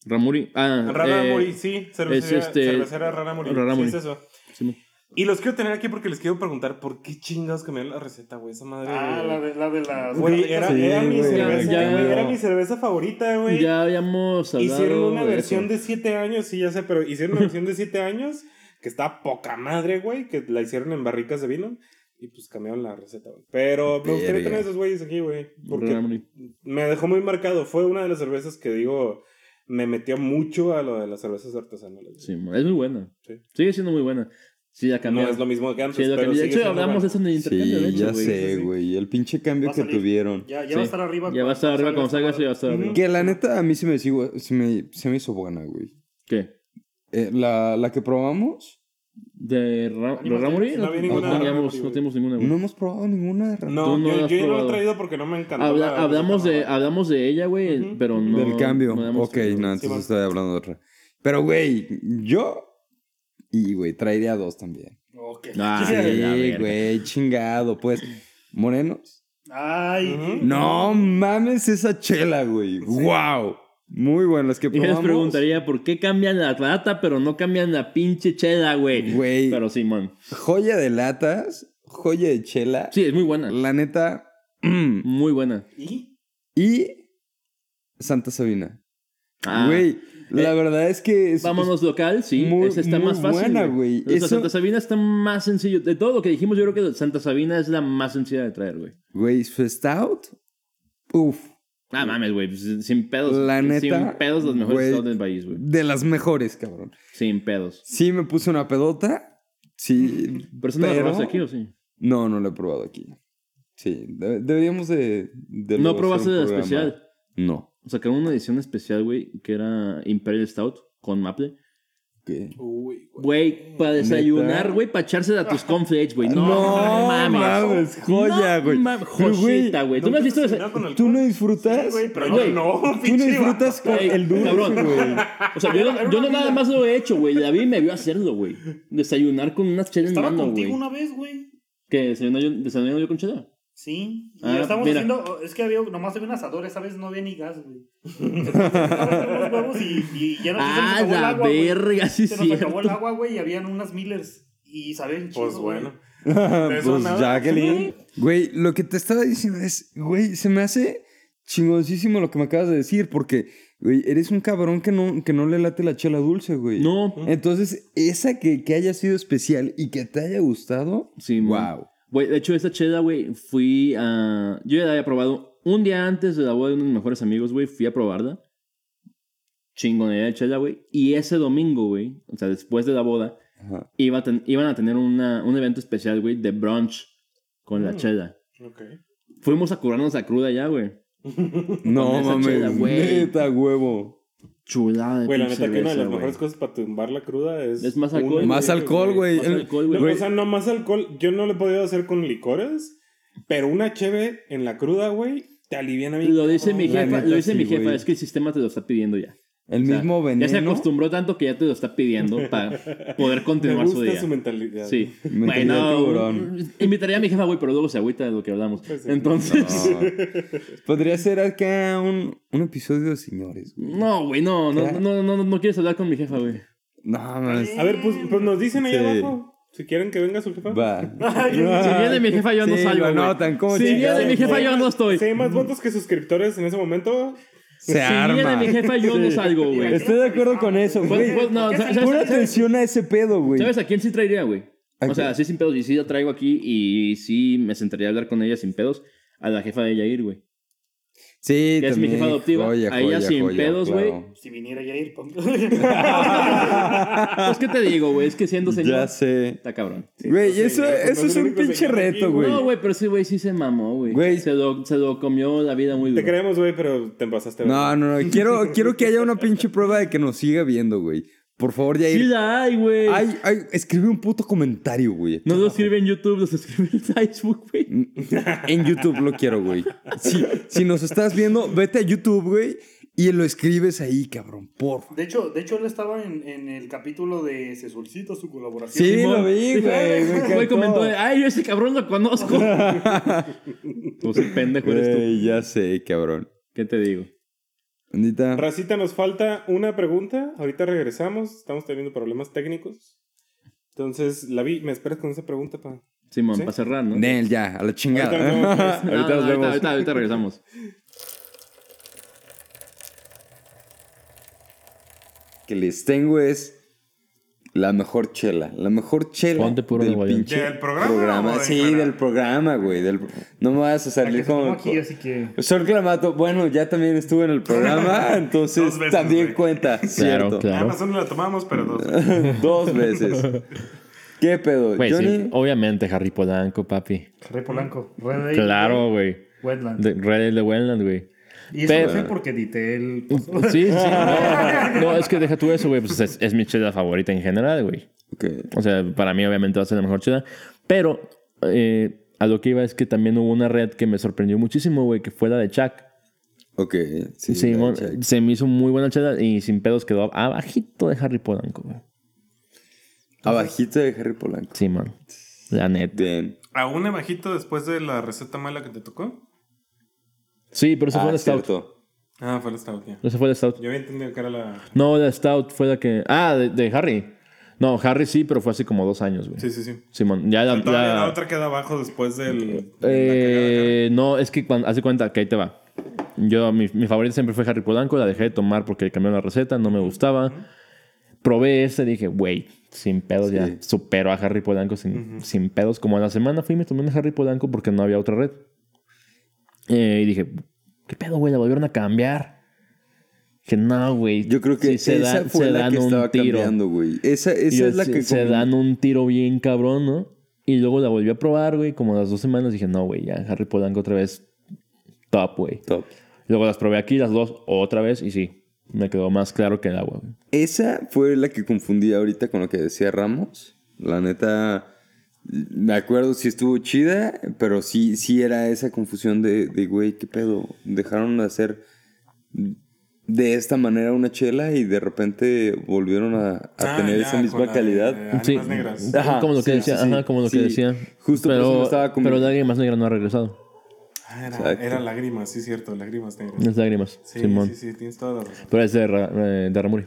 [SPEAKER 2] Ramuri. Ah,
[SPEAKER 10] Rara
[SPEAKER 2] eh, este
[SPEAKER 10] Mori, sí, cervecería, cervecera Rara Mori.
[SPEAKER 2] Rara
[SPEAKER 10] sí,
[SPEAKER 2] Mori.
[SPEAKER 10] es eso.
[SPEAKER 2] Sí, mo-
[SPEAKER 10] Y los quiero tener aquí porque les quiero preguntar por qué chingados que me dan la receta, güey. Esa madre.
[SPEAKER 5] Ah, la de, la de las...
[SPEAKER 10] Güey, era,
[SPEAKER 5] Sí,
[SPEAKER 10] era mi
[SPEAKER 5] güey,
[SPEAKER 10] cerveza,
[SPEAKER 2] ya-
[SPEAKER 10] güey, era mi cerveza favorita, güey.
[SPEAKER 2] Ya habíamos hablado.
[SPEAKER 10] Hicieron una
[SPEAKER 2] de
[SPEAKER 10] versión
[SPEAKER 2] eso.
[SPEAKER 10] de 7 años, sí, ya sé, pero hicieron una versión de 7 años que está poca madre, güey, que la hicieron en barricas de vino y pues cambiaron la receta, güey. Pero me gustaría
[SPEAKER 1] Verga.
[SPEAKER 10] tener esos güeyes aquí, güey,
[SPEAKER 2] Rara
[SPEAKER 10] porque
[SPEAKER 2] Mori.
[SPEAKER 10] me dejó muy marcado. Fue una de las cervezas que digo, me metió mucho a lo de las cervezas artesanales. güey.
[SPEAKER 2] Sí, mo- es muy buena.
[SPEAKER 10] Sí.
[SPEAKER 2] Sigue siendo muy buena. Sí, la cambiaron.
[SPEAKER 10] No es lo mismo que antes,
[SPEAKER 2] Sí, la
[SPEAKER 10] pero
[SPEAKER 2] cambiaron.
[SPEAKER 10] sigue
[SPEAKER 2] De hecho,
[SPEAKER 10] siendo
[SPEAKER 2] hablamos de
[SPEAKER 10] buena.
[SPEAKER 2] eso en el intercambio, de
[SPEAKER 1] Sí,
[SPEAKER 2] hecho,
[SPEAKER 1] ya
[SPEAKER 2] güey.
[SPEAKER 1] sé, güey. El pinche
[SPEAKER 5] Va
[SPEAKER 1] cambio
[SPEAKER 5] a
[SPEAKER 1] que
[SPEAKER 5] salir.
[SPEAKER 1] tuvieron.
[SPEAKER 5] Ya, ya
[SPEAKER 2] Sí.
[SPEAKER 5] va a estar arriba.
[SPEAKER 2] Ya va a estar arriba cuando salga eso, ya va a estar arriba.
[SPEAKER 1] Que la neta a mí se me, sigo- se me, se me hizo buena, güey.
[SPEAKER 2] ¿Qué?
[SPEAKER 1] Eh, la, la que probamos,
[SPEAKER 2] ¿De Ra-
[SPEAKER 10] Ánimas
[SPEAKER 2] de Ramuri?
[SPEAKER 10] Negras, no había ninguna
[SPEAKER 2] no,
[SPEAKER 10] Rara
[SPEAKER 2] teníamos,
[SPEAKER 10] Mori,
[SPEAKER 2] no
[SPEAKER 10] güey.
[SPEAKER 2] teníamos ninguna, güey.
[SPEAKER 1] no hemos probado ninguna de rata.
[SPEAKER 10] No,
[SPEAKER 2] Tú no la
[SPEAKER 10] yo,
[SPEAKER 2] has
[SPEAKER 10] yo ya no lo
[SPEAKER 2] probado.
[SPEAKER 10] he traído porque no me encantó.
[SPEAKER 2] Habla-
[SPEAKER 10] la
[SPEAKER 2] hablamos,
[SPEAKER 10] receta,
[SPEAKER 2] de,
[SPEAKER 10] mamá.
[SPEAKER 2] hablamos de ella, güey, pero no.
[SPEAKER 1] Del cambio.
[SPEAKER 2] no habíamos
[SPEAKER 1] ok,
[SPEAKER 2] tenido.
[SPEAKER 1] no,
[SPEAKER 10] Sí,
[SPEAKER 1] entonces
[SPEAKER 10] va.
[SPEAKER 1] estoy hablando de otra. Pero, güey, yo. Y, güey, traería dos también.
[SPEAKER 5] Ok.
[SPEAKER 2] Ah, la
[SPEAKER 1] Sí,
[SPEAKER 2] verga.
[SPEAKER 1] güey, chingado, pues. ¿Morenos?
[SPEAKER 5] Ay,
[SPEAKER 1] No mames esa chela, güey. ¡Wow! Muy buenas las que
[SPEAKER 2] Y yo les
[SPEAKER 1] probamos.
[SPEAKER 2] preguntaría por qué cambian la rata, pero no cambian la pinche chela, güey.
[SPEAKER 1] Güey.
[SPEAKER 2] Pero sí, man.
[SPEAKER 1] Joya de latas, joya de chela.
[SPEAKER 2] Sí, es muy buena.
[SPEAKER 1] La neta.
[SPEAKER 2] Muy buena.
[SPEAKER 5] ¿Y?
[SPEAKER 1] y Santa Sabina.
[SPEAKER 2] Ah.
[SPEAKER 1] Güey, la verdad es que es,
[SPEAKER 2] Vámonos local, sí.
[SPEAKER 1] muy-
[SPEAKER 2] Esa está
[SPEAKER 1] muy
[SPEAKER 2] más fácil.
[SPEAKER 1] buena, güey.
[SPEAKER 2] O sea,
[SPEAKER 1] Eso-
[SPEAKER 2] Santa Sabina está más sencillo. De todo lo que dijimos, yo creo que Santa Sabina es la más sencilla de traer, güey.
[SPEAKER 1] güey, su stout. Uf,
[SPEAKER 2] Ah, mames, güey. pues, Sin pedos.
[SPEAKER 1] La neta,
[SPEAKER 2] Sin pedos, los mejores
[SPEAKER 1] güey.
[SPEAKER 2] estados del país, güey.
[SPEAKER 1] de las mejores, cabrón.
[SPEAKER 2] Sin pedos.
[SPEAKER 1] Sí me puse una pedota. Sí,
[SPEAKER 2] ¿Pero eso no la probaste aquí o sí?
[SPEAKER 1] No, no la he probado aquí. Sí, de- deberíamos de, de
[SPEAKER 2] ¿No
[SPEAKER 1] luego hacer
[SPEAKER 2] probaste
[SPEAKER 1] un
[SPEAKER 2] la
[SPEAKER 1] programa.
[SPEAKER 2] especial?
[SPEAKER 1] No.
[SPEAKER 2] Sacaron una edición especial, güey, que era Imperial Stout con maple.
[SPEAKER 1] ¿Qué?
[SPEAKER 10] Uy, güey.
[SPEAKER 2] Güey, para desayunar, güey, para echársela a tus conflakes, güey. No,
[SPEAKER 1] No
[SPEAKER 2] mames.
[SPEAKER 1] mames, joya,
[SPEAKER 2] No
[SPEAKER 1] güey.
[SPEAKER 2] mames,
[SPEAKER 1] Pero, güey,
[SPEAKER 2] Joyita, güey. ¿Tú no has visto esa?
[SPEAKER 10] Con el
[SPEAKER 1] ¿Tú no disfrutas?
[SPEAKER 5] güey, pero
[SPEAKER 2] Güey,
[SPEAKER 5] no, no,
[SPEAKER 1] Tú no
[SPEAKER 5] pinche
[SPEAKER 1] disfrutas con
[SPEAKER 2] Güey,
[SPEAKER 1] el dulce,
[SPEAKER 2] cabrón.
[SPEAKER 1] güey.
[SPEAKER 2] O sea, yo, no- yo no nada más lo he hecho, güey. David me vio hacerlo, güey. Desayunar con unas chelas en
[SPEAKER 5] Estaba
[SPEAKER 2] mano,
[SPEAKER 5] contigo
[SPEAKER 2] güey.
[SPEAKER 5] una vez, güey.
[SPEAKER 2] ¿Qué? ¿Desayunar yo, desayuno yo con chela?
[SPEAKER 5] Sí. Y
[SPEAKER 2] Ah,
[SPEAKER 5] estamos
[SPEAKER 2] mira.
[SPEAKER 5] haciendo. Es que había, nomás había un asador, esa vez no había ni gas, güey. Los huevos y, y ya no
[SPEAKER 2] Ah, la verga, sí,
[SPEAKER 5] Se nos acabó el
[SPEAKER 2] cierto.
[SPEAKER 5] agua, güey, y habían unas Millers. Y saben chido.
[SPEAKER 10] Pues
[SPEAKER 5] güey.
[SPEAKER 10] bueno.
[SPEAKER 1] pues
[SPEAKER 10] eso nada.
[SPEAKER 1] Jacqueline. Güey, lo que te estaba diciendo es, güey, se me hace chingoncísimo lo que me acabas de decir, porque, güey, eres un cabrón que no, que no le late la chela dulce, güey.
[SPEAKER 2] No.
[SPEAKER 1] Entonces, esa que, que haya sido especial y que te haya gustado,
[SPEAKER 2] Sí, man.
[SPEAKER 1] wow.
[SPEAKER 2] Güey, de hecho, esta chela, güey, fui a. Yo ya la había probado un día antes de la boda de uno de mis mejores amigos, güey. Fui a probarla. Chingonería de chela, güey. Y ese domingo, güey, o sea, después de la boda,
[SPEAKER 1] Ajá.
[SPEAKER 2] iba a ten- iban a tener una, un evento especial, güey, de brunch con la chela.
[SPEAKER 10] Ok.
[SPEAKER 2] Fuimos a curarnos la cruda ya, güey.
[SPEAKER 1] No
[SPEAKER 2] esa chela,
[SPEAKER 1] mames,
[SPEAKER 2] güey.
[SPEAKER 1] neta, huevo.
[SPEAKER 2] Chulada de
[SPEAKER 10] Güey, la
[SPEAKER 2] pinche
[SPEAKER 10] neta que una de
[SPEAKER 2] cerveza,
[SPEAKER 10] las
[SPEAKER 2] güey.
[SPEAKER 10] mejores cosas para tumbar la cruda es...
[SPEAKER 2] Es más alcohol,
[SPEAKER 10] una,
[SPEAKER 1] Más alcohol, güey.
[SPEAKER 2] Más alcohol,
[SPEAKER 10] No,
[SPEAKER 2] güey.
[SPEAKER 10] o sea, no más alcohol. Yo no lo he podido hacer con licores, pero una cheve en la cruda, güey, te aliviana bien.
[SPEAKER 2] Lo dice
[SPEAKER 10] cabrón,
[SPEAKER 2] mi
[SPEAKER 10] güey.
[SPEAKER 1] la
[SPEAKER 2] jefa,
[SPEAKER 1] neta,
[SPEAKER 2] lo dice
[SPEAKER 1] sí,
[SPEAKER 2] mi jefa,
[SPEAKER 1] güey.
[SPEAKER 2] es que el sistema te lo está pidiendo ya.
[SPEAKER 1] El
[SPEAKER 2] O sea,
[SPEAKER 1] mismo
[SPEAKER 2] Ya se
[SPEAKER 1] veneno.
[SPEAKER 2] acostumbró tanto que ya te lo está pidiendo para poder
[SPEAKER 10] Me
[SPEAKER 2] continuar su
[SPEAKER 10] gusta
[SPEAKER 2] día.
[SPEAKER 10] su mentalidad.
[SPEAKER 2] Sí.
[SPEAKER 1] Mentalidad de
[SPEAKER 2] Bueno,
[SPEAKER 1] tiburón.
[SPEAKER 2] invitaría a mi jefa, güey, pero luego se agüita de lo que hablamos.
[SPEAKER 10] Pues sí.
[SPEAKER 2] Entonces,
[SPEAKER 1] No. Podría ser acá un, un episodio de señores. güey.
[SPEAKER 2] no, güey, no, no, no, no, no, no quieres hablar con mi jefa, güey.
[SPEAKER 1] No mames.
[SPEAKER 10] A ver, pues, pues nos dicen ahí
[SPEAKER 1] Sí.
[SPEAKER 10] abajo. Si quieren que venga su jefa.
[SPEAKER 1] Va.
[SPEAKER 2] Si viene mi jefa, yo no
[SPEAKER 1] Sí,
[SPEAKER 2] salgo.
[SPEAKER 1] lo
[SPEAKER 2] güey.
[SPEAKER 1] anotan, ¿cómo
[SPEAKER 2] si viene
[SPEAKER 1] chingados,
[SPEAKER 2] mi jefa, yo no estoy.
[SPEAKER 10] Si hay más votos que suscriptores en ese momento,
[SPEAKER 1] Se
[SPEAKER 4] Si
[SPEAKER 1] arma.
[SPEAKER 4] viene de mi jefa, yo no salgo, güey.
[SPEAKER 1] Estoy de acuerdo con eso,
[SPEAKER 4] Pues-
[SPEAKER 1] güey.
[SPEAKER 4] pues no, ¿sabes-
[SPEAKER 1] Pura
[SPEAKER 4] sabes-
[SPEAKER 1] atención a ese pedo, güey.
[SPEAKER 4] ¿Sabes a quién sí traería, güey? O sea, sí sin pedos. Y sí la traigo aquí y sí me sentaría a hablar con ella sin pedos. A la jefa de Yair, güey.
[SPEAKER 1] Sí,
[SPEAKER 4] Que es mi
[SPEAKER 1] también,
[SPEAKER 4] jefa adoptiva.
[SPEAKER 1] joya,
[SPEAKER 4] a ella
[SPEAKER 1] joya,
[SPEAKER 4] sin
[SPEAKER 1] joya,
[SPEAKER 4] pedos, güey.
[SPEAKER 1] claro.
[SPEAKER 5] Si viniera ya ir,
[SPEAKER 4] Pues, ¿qué te digo, güey? Es que siendo señor...
[SPEAKER 1] Ya sé.
[SPEAKER 4] Está cabrón.
[SPEAKER 1] Güey, eso, eso es un pinche reto, güey.
[SPEAKER 4] No, güey, pero sí, güey, sí se mamó, güey. Se lo, se lo comió la vida muy duro. Te
[SPEAKER 10] creemos, güey, pero te pasaste.
[SPEAKER 1] No, no, no. Quiero, quiero que haya una pinche prueba de que nos siga viendo, güey. Por favor, ya
[SPEAKER 4] Sí la hay, güey.
[SPEAKER 1] Ay, ay, escribe un puto comentario, güey.
[SPEAKER 4] No lo escribe en YouTube, los escribe en Facebook, güey.
[SPEAKER 1] En YouTube lo quiero, güey. Si, si nos estás viendo, vete a YouTube, güey, y lo escribes ahí, cabrón. Por
[SPEAKER 5] De hecho, de hecho, él estaba en, en el capítulo de Se solicita su colaboración.
[SPEAKER 1] Sí, lo vi, güey. me
[SPEAKER 4] Güey
[SPEAKER 1] encantó.
[SPEAKER 4] comentó, ay, yo ese cabrón lo conozco. Pues el pendejo eres tú.
[SPEAKER 1] Güey, Ya sé, cabrón.
[SPEAKER 4] ¿Qué te digo?
[SPEAKER 1] Andita.
[SPEAKER 10] Racita, nos falta una pregunta. Ahorita regresamos. Estamos teniendo problemas técnicos. Entonces, la vi. ¿Me esperas con esa pregunta? Pa?
[SPEAKER 4] Simón,
[SPEAKER 10] ¿Sí?
[SPEAKER 4] para cerrar, ¿no?
[SPEAKER 1] Nel, ya, a la chingada.
[SPEAKER 10] Ahorita nos vemos, pues.
[SPEAKER 4] No, no, no, Ahorita, ahorita regresamos.
[SPEAKER 1] que les tengo es la mejor chela, la mejor chela del
[SPEAKER 2] hawaiano.
[SPEAKER 1] pinche
[SPEAKER 2] ¿Del programa o de
[SPEAKER 1] sí, del programa, güey, del- no me vas a salir
[SPEAKER 5] No,
[SPEAKER 1] con
[SPEAKER 5] aquí, así que.
[SPEAKER 1] Sor Clamato, bueno, ya también estuvo en el programa, entonces
[SPEAKER 10] Dos veces,
[SPEAKER 1] también cuenta, cierto.
[SPEAKER 10] Además, no la tomamos, pero dos.
[SPEAKER 1] Dos veces. ¿Qué pedo?
[SPEAKER 2] Güey, sí,
[SPEAKER 1] Johnny,
[SPEAKER 2] obviamente Harry Polanco, papi.
[SPEAKER 5] Rey Polanco. Red Day,
[SPEAKER 2] Claro, güey.
[SPEAKER 5] Wetland.
[SPEAKER 2] De- Red de Wetland, güey.
[SPEAKER 5] Y eso
[SPEAKER 2] Pero-
[SPEAKER 5] lo sé porque edité el.
[SPEAKER 2] Sí, sí. No, no, es que deja tú eso, güey. Pues es, es mi chela favorita en general, güey. O sea, para mí obviamente va a ser la mejor chela. Pero eh, a lo que iba es que también hubo una red que me sorprendió muchísimo, güey, que fue la de Chuck.
[SPEAKER 1] Ok, sí.
[SPEAKER 2] Simón, se me hizo muy buena chela y sin pedos quedó abajito de Harry Polanco, güey.
[SPEAKER 1] abajito de Harry Polanco.
[SPEAKER 2] Sí, man. La neta.
[SPEAKER 1] Bien.
[SPEAKER 10] ¿Aún abajito después de la receta mala que te tocó?
[SPEAKER 2] Sí, pero eso
[SPEAKER 10] Ah,
[SPEAKER 2] fue la Stout.
[SPEAKER 10] Ah, fue la stout, ya.
[SPEAKER 2] Esa fue la Stout.
[SPEAKER 10] Yo había entendido que era la...
[SPEAKER 2] No, la Stout fue la que. Ah, de, de Harry. No, Harry sí, pero fue hace como dos años, güey.
[SPEAKER 10] Sí, sí, sí.
[SPEAKER 2] Simón, ya la.
[SPEAKER 10] Todavía
[SPEAKER 2] la-
[SPEAKER 10] la otra queda abajo después del...
[SPEAKER 2] Eh, no, es que cuando, hace cuenta que ahí te va. Yo, mi, mi favorita siempre fue Harry Polanco, la dejé de tomar porque cambió la receta, no me gustaba. Probé esta y dije, güey, sin pedos, ya supero a Harry Polanco sin, sin pedos. Como a la semana fui y me tomé un Harry Polanco porque no había otra red. Eh, y dije, ¿qué pedo, güey? La volvieron a cambiar. Dije, no, güey. Yo creo
[SPEAKER 1] Que esa fue la que estaba cambiando, güey. Esa,
[SPEAKER 2] y
[SPEAKER 1] esa
[SPEAKER 2] yo,
[SPEAKER 1] es la
[SPEAKER 2] se,
[SPEAKER 1] que
[SPEAKER 2] se
[SPEAKER 1] como-
[SPEAKER 2] dan un tiro bien cabrón, ¿no? Y luego la volví a probar, güey, como a las dos semanas. Dije, no, güey, ya Harry Polanco otra vez. Top, güey.
[SPEAKER 1] Top.
[SPEAKER 2] Luego las probé aquí, las dos, otra vez. Y sí, me quedó más claro que el agua. güey.
[SPEAKER 1] Esa fue la que confundí ahorita con lo que decía Ramos. La neta, me acuerdo si estuvo chida, pero sí, sí era esa confusión de, de, güey, qué pedo. Dejaron de hacer de esta manera una chela y de repente volvieron a, a
[SPEAKER 10] Ah,
[SPEAKER 1] tener esa misma calidad.
[SPEAKER 2] Sí,
[SPEAKER 1] Ajá,
[SPEAKER 2] como lo que
[SPEAKER 1] sí,
[SPEAKER 2] decía.
[SPEAKER 1] sí, sí.
[SPEAKER 2] Ajá, como lo
[SPEAKER 1] Sí,
[SPEAKER 2] que decía.
[SPEAKER 1] Justo por eso me
[SPEAKER 2] pero,
[SPEAKER 1] estaba
[SPEAKER 2] pero
[SPEAKER 1] confundiendo.
[SPEAKER 2] Lágrimas Negras no ha regresado.
[SPEAKER 10] Ah, era,
[SPEAKER 2] Exacto.
[SPEAKER 10] era lágrimas, sí, cierto, lágrimas negras.
[SPEAKER 2] Las lágrimas,
[SPEAKER 10] Sí,
[SPEAKER 2] Simón.
[SPEAKER 10] sí, sí, tienes toda la razón.
[SPEAKER 2] Pero es de, Ra- eh, de Ramuri.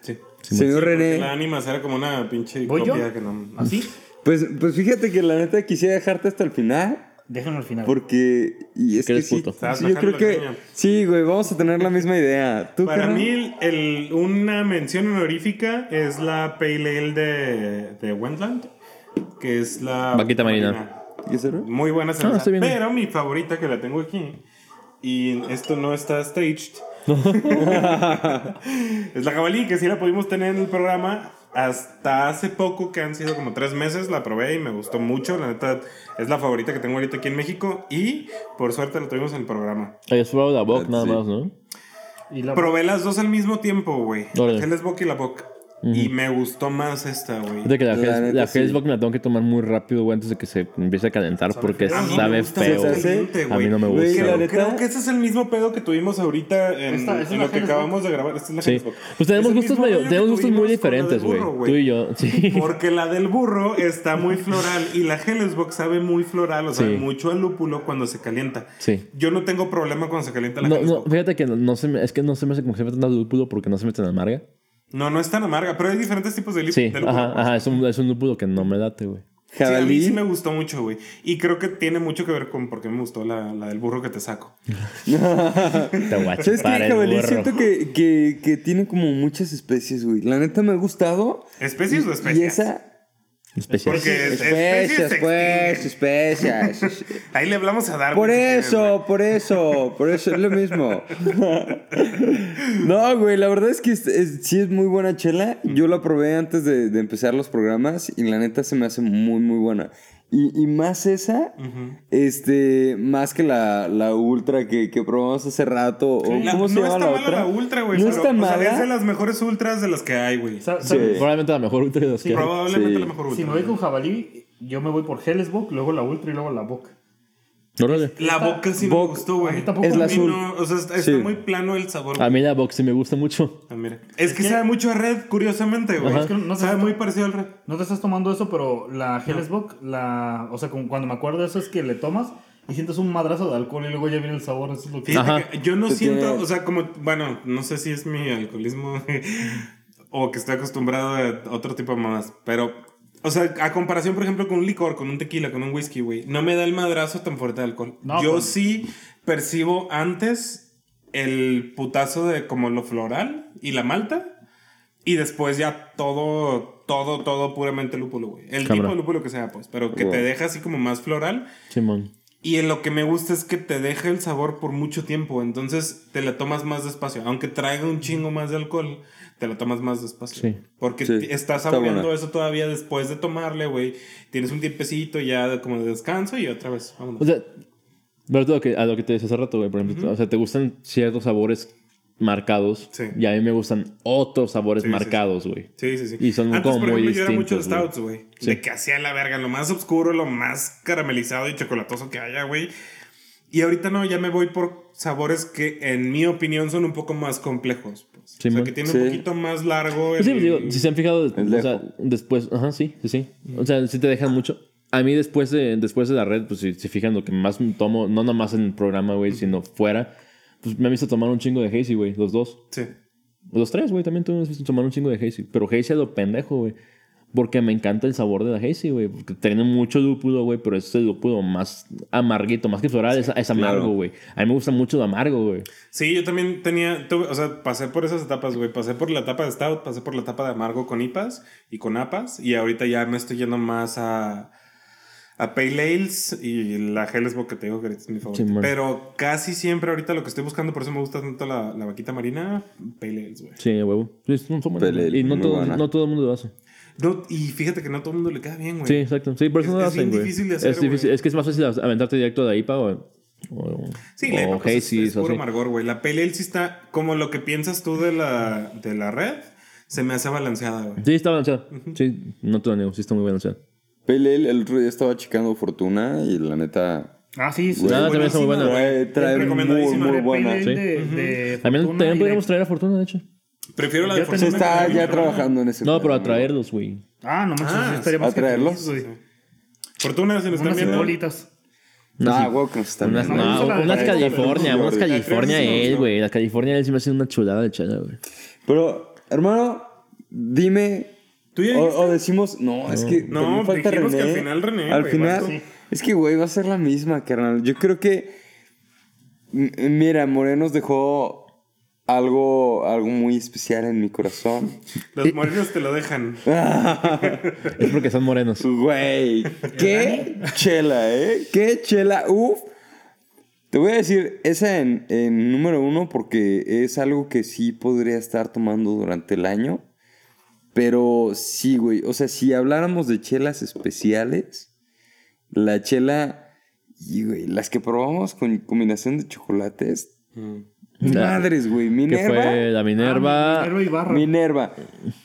[SPEAKER 10] Sí.
[SPEAKER 2] Simón.
[SPEAKER 10] Sí, porque La ánimas era como una pinche
[SPEAKER 5] ¿Voy yo? Ah,
[SPEAKER 10] copia que no...
[SPEAKER 5] ¿Así?
[SPEAKER 1] Pues, pues fíjate que la neta quisiera dejarte hasta el final.
[SPEAKER 5] Déjalo al final.
[SPEAKER 1] Porque. Y es que
[SPEAKER 5] eres
[SPEAKER 1] sí,
[SPEAKER 5] puto.
[SPEAKER 1] sí,
[SPEAKER 10] Estabas
[SPEAKER 1] yo creo
[SPEAKER 10] bajando
[SPEAKER 1] que.
[SPEAKER 10] el cañón.
[SPEAKER 1] Sí, güey, vamos a tener la misma idea. ¿Tú,
[SPEAKER 10] Para
[SPEAKER 1] carnal?
[SPEAKER 10] mí, el- una mención honorífica es la Pale Ale de, de Wendland, que es la...
[SPEAKER 2] Vaquita Marina.
[SPEAKER 1] ¿Qué será?
[SPEAKER 10] Muy buena
[SPEAKER 2] Ah,
[SPEAKER 10] cerveza.
[SPEAKER 2] está bien, güey.
[SPEAKER 10] pero mi favorita, que la tengo aquí, y esto no está staged, es la jabalí, que sí la pudimos tener en el programa hasta hace poco, que han sido como tres meses. La probé y me gustó mucho. La neta, es la favorita que tengo ahorita aquí en México. Y por suerte la tuvimos en el programa.
[SPEAKER 2] Ahí es la
[SPEAKER 1] Ah,
[SPEAKER 2] Bock, nada
[SPEAKER 10] Sí.
[SPEAKER 2] más, ¿no?
[SPEAKER 10] Probé las dos al mismo tiempo, güey.
[SPEAKER 2] Órale.
[SPEAKER 10] La Hell's Bock y la Bock. Y me gustó más esta, güey.
[SPEAKER 2] Fíjate que la, Hell's-
[SPEAKER 10] neta,
[SPEAKER 2] la
[SPEAKER 10] sí.
[SPEAKER 2] Hellsbock me la tengo que tomar muy rápido, güey, antes de que se empiece a calentar porque
[SPEAKER 10] feo. A mí me
[SPEAKER 2] sabe
[SPEAKER 10] gusta
[SPEAKER 2] feo.
[SPEAKER 10] más caliente,
[SPEAKER 2] a mí no me gusta.
[SPEAKER 10] Creo, creo que ese es el mismo pedo que tuvimos ahorita en,
[SPEAKER 5] Esta- esta
[SPEAKER 10] en
[SPEAKER 5] es
[SPEAKER 10] lo
[SPEAKER 5] la
[SPEAKER 10] que
[SPEAKER 5] Hell's
[SPEAKER 10] acabamos de grabar. Esta es la
[SPEAKER 2] Sí.
[SPEAKER 10] Hell's Bock.
[SPEAKER 2] Pues tenemos gustos, medio- tenemos gustos muy diferentes,
[SPEAKER 10] del
[SPEAKER 2] güey.
[SPEAKER 10] burro,
[SPEAKER 2] Tú
[SPEAKER 10] güey.
[SPEAKER 2] y yo, sí.
[SPEAKER 10] Porque la del burro está muy floral y la Hellesbock sabe muy floral, o sea,
[SPEAKER 2] Sí.
[SPEAKER 10] mucho al lúpulo cuando se calienta.
[SPEAKER 2] Sí.
[SPEAKER 10] Yo no tengo problema cuando se calienta la
[SPEAKER 2] No,
[SPEAKER 10] Hellesbock.
[SPEAKER 2] no, fíjate que no, no se me, es que no se me hace como que se meten al lúpulo porque no se meten amarga.
[SPEAKER 10] No. no, es tan amarga, pero hay diferentes tipos de, lí-
[SPEAKER 2] Sí,
[SPEAKER 10] de lúpulo.
[SPEAKER 2] ajá, ajá, es un, es un lúpulo que no me late, güey.
[SPEAKER 10] Sí, a mí sí me gustó mucho, güey. Y creo que tiene mucho que ver con por qué me gustó la, la del burro que te saco.
[SPEAKER 1] Te voy a ¿Sabes qué,
[SPEAKER 10] chupar el
[SPEAKER 1] jabalí?
[SPEAKER 10] burro.
[SPEAKER 1] Siento que, que- que tiene como muchas especies, güey. La neta me ha gustado.
[SPEAKER 10] ¿Especies
[SPEAKER 1] Y-
[SPEAKER 10] o especies?
[SPEAKER 1] Y esa...
[SPEAKER 10] Especies. Porque es- especies
[SPEAKER 1] Especies,
[SPEAKER 10] se
[SPEAKER 1] pues, especies.
[SPEAKER 10] Ahí le hablamos a Darwin.
[SPEAKER 1] Por
[SPEAKER 10] si quieres, güey.
[SPEAKER 1] eso, por eso, por eso, es lo mismo. No, güey, la verdad es que es- es- sí es muy buena chela.
[SPEAKER 10] Mm.
[SPEAKER 1] Yo la probé antes de, de empezar los programas y la neta se me hace muy, muy buena. Y, y más esa, este, más que la, la ultra que, que probamos hace rato. o
[SPEAKER 10] La-
[SPEAKER 1] ¿Cómo se
[SPEAKER 10] no
[SPEAKER 1] llama
[SPEAKER 10] está
[SPEAKER 1] la
[SPEAKER 10] mala
[SPEAKER 1] otra?
[SPEAKER 10] la ultra, güey.
[SPEAKER 1] No
[SPEAKER 10] pero,
[SPEAKER 1] está
[SPEAKER 10] o sea, es de
[SPEAKER 1] mala.
[SPEAKER 10] las mejores ultras de las que hay, güey.
[SPEAKER 2] Probablemente la mejor ultra de los
[SPEAKER 10] Sí,
[SPEAKER 2] que hay.
[SPEAKER 10] probablemente la mejor ultra.
[SPEAKER 5] Si me voy con jabalí, yo me voy por Hellesbock, luego la Ultra y luego la Boca.
[SPEAKER 2] Órale.
[SPEAKER 10] La boca sí me gustó, güey.
[SPEAKER 5] tampoco. Es
[SPEAKER 10] A
[SPEAKER 5] la
[SPEAKER 10] mí
[SPEAKER 5] azul.
[SPEAKER 10] no, o sea, está,
[SPEAKER 2] Sí.
[SPEAKER 10] está muy plano el sabor.
[SPEAKER 2] A mí la box sí me gusta mucho.
[SPEAKER 10] Ah, mira. Es, que, sabe mucho a red, curiosamente, güey.
[SPEAKER 2] Ajá.
[SPEAKER 10] Es que no sabe muy parecido al red.
[SPEAKER 5] No te estás tomando eso, pero la Hellesbock, la. O sea, como cuando me acuerdo de eso es que le tomas y sientes un madrazo de alcohol y luego ya viene el sabor. Eso es lo que.
[SPEAKER 10] Fíjate que yo no siento, o sea, como, bueno, no sé si es mi alcoholismo o que estoy acostumbrado a otro tipo de mamadas, pero, o sea, a comparación, por ejemplo, con un licor, con un tequila, con un whisky, güey, no me da el madrazo tan fuerte de alcohol.
[SPEAKER 5] No,
[SPEAKER 10] yo
[SPEAKER 5] pues.
[SPEAKER 10] sí percibo antes el putazo de como lo floral y la malta y después ya todo, todo, todo puramente lúpulo, güey. El
[SPEAKER 2] Cámara.
[SPEAKER 10] tipo de lúpulo que sea, pues, pero que
[SPEAKER 2] Wow.
[SPEAKER 10] te deja así como más floral.
[SPEAKER 2] Simón.
[SPEAKER 10] Y en lo que me gusta es que te deja el sabor por mucho tiempo, entonces te la tomas más despacio. Aunque traiga un chingo más de alcohol, te la tomas más despacio.
[SPEAKER 2] Sí.
[SPEAKER 10] Porque
[SPEAKER 2] Sí,
[SPEAKER 10] t- estás
[SPEAKER 2] está
[SPEAKER 10] saboreando
[SPEAKER 2] buena.
[SPEAKER 10] eso todavía después de tomarle, güey. Tienes un tiempecito ya de- como de descanso y otra vez. Vámonos.
[SPEAKER 2] O sea, Pero lo que, a lo que te decía hace rato, güey, por ejemplo, o sea, te gustan ciertos sabores marcados y a mí me gustan otros sabores
[SPEAKER 10] Sí, sí, sí.
[SPEAKER 2] marcados, güey.
[SPEAKER 10] sí, sí, sí.
[SPEAKER 2] Y son
[SPEAKER 10] Antes,
[SPEAKER 2] como
[SPEAKER 10] por
[SPEAKER 2] muy
[SPEAKER 10] ejemplo, yo era mucho de
[SPEAKER 2] distintos.
[SPEAKER 10] stouts, güey.
[SPEAKER 2] Sí.
[SPEAKER 10] De que hacía la verga, lo más oscuro, lo más caramelizado y chocolatoso que haya, güey. Y ahorita no, ya me voy por sabores que, en mi opinión, son un poco más complejos. pues.
[SPEAKER 2] Sí,
[SPEAKER 10] o sea,
[SPEAKER 2] man.
[SPEAKER 10] que tiene
[SPEAKER 2] Sí.
[SPEAKER 10] un poquito más largo.
[SPEAKER 2] Pues sí,
[SPEAKER 10] el-
[SPEAKER 2] pues digo, si se han fijado, o sea, después, ajá, sí, sí, sí. O sea, sí te dejan mucho. A mí después de, después de la red, pues si se fijan lo que más tomo, no nomás en el programa, güey, sino fuera, pues me han visto tomar un chingo de Hazy, güey, los dos.
[SPEAKER 10] Sí.
[SPEAKER 2] Los tres, güey, también tú me has visto tomar un chingo de Hazy. Pero Hazy es lo pendejo, güey. Porque me encanta el sabor de la Hazy, güey. Porque tiene mucho lúpulo, güey, pero es el lúpulo más amarguito, más que floral, es, es amargo,
[SPEAKER 10] claro.
[SPEAKER 2] güey. A mí me gusta mucho lo amargo, güey.
[SPEAKER 10] Sí, yo también tenía, tuve- o sea, pasé por esas etapas, güey. Pasé por la etapa de Stout, pasé por la etapa de Amargo con IPAs y con APAs. Y ahorita ya me estoy yendo más a, a Pale Ales y la Hellesbock que te digo que ahorita es mi favorita.
[SPEAKER 2] Simón.
[SPEAKER 10] Pero casi siempre ahorita lo que estoy buscando, por eso me gusta tanto la, la vaquita marina, Pale Ales, güey.
[SPEAKER 2] Sí, huevo. Sí, es un sabor-
[SPEAKER 10] Pele-
[SPEAKER 2] y no
[SPEAKER 10] muy
[SPEAKER 2] todo,
[SPEAKER 10] buena.
[SPEAKER 2] no todo el mundo lo hace.
[SPEAKER 10] No, y fíjate que no a todo el mundo le queda bien, güey.
[SPEAKER 2] Sí, exacto. Sí, por eso
[SPEAKER 10] es,
[SPEAKER 2] no lo
[SPEAKER 10] es bien
[SPEAKER 2] hacen, güey.
[SPEAKER 10] difícil de hacer,
[SPEAKER 2] es, difícil.
[SPEAKER 10] güey.
[SPEAKER 2] es que es más fácil av- aventarte directo de la IPA o, o,
[SPEAKER 10] Sí,
[SPEAKER 2] o
[SPEAKER 10] la IPA, pues, es-
[SPEAKER 2] Hazy's
[SPEAKER 10] es,
[SPEAKER 2] o
[SPEAKER 10] puro
[SPEAKER 2] así.
[SPEAKER 10] amargor, güey. La Pale Ale sí está como lo que piensas tú de la, de la red, se me hace balanceada, güey.
[SPEAKER 2] Sí, está balanceada. Sí, no te lo niego. Sí, está muy balanceada.
[SPEAKER 1] Pale Ale, el otro día estaba checando Fortuna y la neta...
[SPEAKER 5] Ah, sí, sí.
[SPEAKER 1] Güey,
[SPEAKER 2] Ah, también está muy buena.
[SPEAKER 1] Trae, trae muy, muy buena.
[SPEAKER 2] Sí. Ujú. También, también podríamos traer a Fortuna, de hecho.
[SPEAKER 10] Prefiero
[SPEAKER 1] la de Fortuna. Se está ya trabajando en ese
[SPEAKER 2] No, pero a traerlos, güey.
[SPEAKER 5] Ah, no manches,
[SPEAKER 10] Ah,
[SPEAKER 5] yo estaría
[SPEAKER 10] ¿a
[SPEAKER 5] más que
[SPEAKER 10] traerlos?
[SPEAKER 5] feliz, güey.
[SPEAKER 10] Fortuna se nos están
[SPEAKER 5] Unas
[SPEAKER 10] viendo.
[SPEAKER 5] bolitas.
[SPEAKER 1] Ah, huevo que nos están
[SPEAKER 2] Unas,
[SPEAKER 1] viendo.
[SPEAKER 2] no,
[SPEAKER 1] No,
[SPEAKER 2] unas
[SPEAKER 1] no, no,
[SPEAKER 2] California,
[SPEAKER 1] no,
[SPEAKER 2] unas
[SPEAKER 1] no, no, no,
[SPEAKER 2] California
[SPEAKER 1] no, no,
[SPEAKER 2] él,
[SPEAKER 1] no.
[SPEAKER 2] güey. La California él se me hace una chulada de chela, güey.
[SPEAKER 1] Pero, hermano, dime. o, o decimos, no, es que.
[SPEAKER 10] No,
[SPEAKER 1] también falta
[SPEAKER 10] dijimos que
[SPEAKER 1] René.
[SPEAKER 10] al final René,
[SPEAKER 1] Al
[SPEAKER 10] güey,
[SPEAKER 1] final.
[SPEAKER 10] vas tú.
[SPEAKER 1] Es que, güey, va a ser la misma, carnal. Yo creo que. m- Mira, Morenos dejó algo, algo muy especial en mi corazón.
[SPEAKER 10] Los morenos te lo dejan.
[SPEAKER 2] Es porque son morenos.
[SPEAKER 1] Güey, qué chela, ¿eh? Qué chela, uff. Te voy a decir, esa en, en número uno porque es algo que sí podría estar tomando durante el año. Pero sí, güey. O sea, si habláramos de chelas especiales, la chela, y, güey, las que probamos con combinación de chocolates.
[SPEAKER 2] Mm. La-
[SPEAKER 1] Madres, güey. Minerva.
[SPEAKER 2] fue la
[SPEAKER 5] Ah,
[SPEAKER 2] Minerva.
[SPEAKER 1] Minerva Minerva.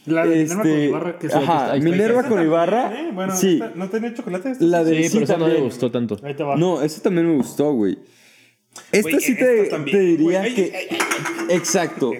[SPEAKER 5] La de Minerva con
[SPEAKER 1] Este,
[SPEAKER 5] Ibarra, que es
[SPEAKER 1] ajá,
[SPEAKER 5] la que está-
[SPEAKER 1] Minerva con Ibarra.
[SPEAKER 10] Eh, bueno,
[SPEAKER 1] sí.
[SPEAKER 10] esta- ¿no tenía chocolate? esta?
[SPEAKER 1] La de
[SPEAKER 2] Sí, pero esa no me
[SPEAKER 1] también.
[SPEAKER 2] gustó tanto.
[SPEAKER 5] Ahí te va.
[SPEAKER 1] No, esa también me gustó, güey. Esta
[SPEAKER 10] Güey,
[SPEAKER 1] sí
[SPEAKER 10] esta
[SPEAKER 1] te,
[SPEAKER 10] también,
[SPEAKER 1] te diría
[SPEAKER 10] güey. Ay,
[SPEAKER 1] que. Exacto.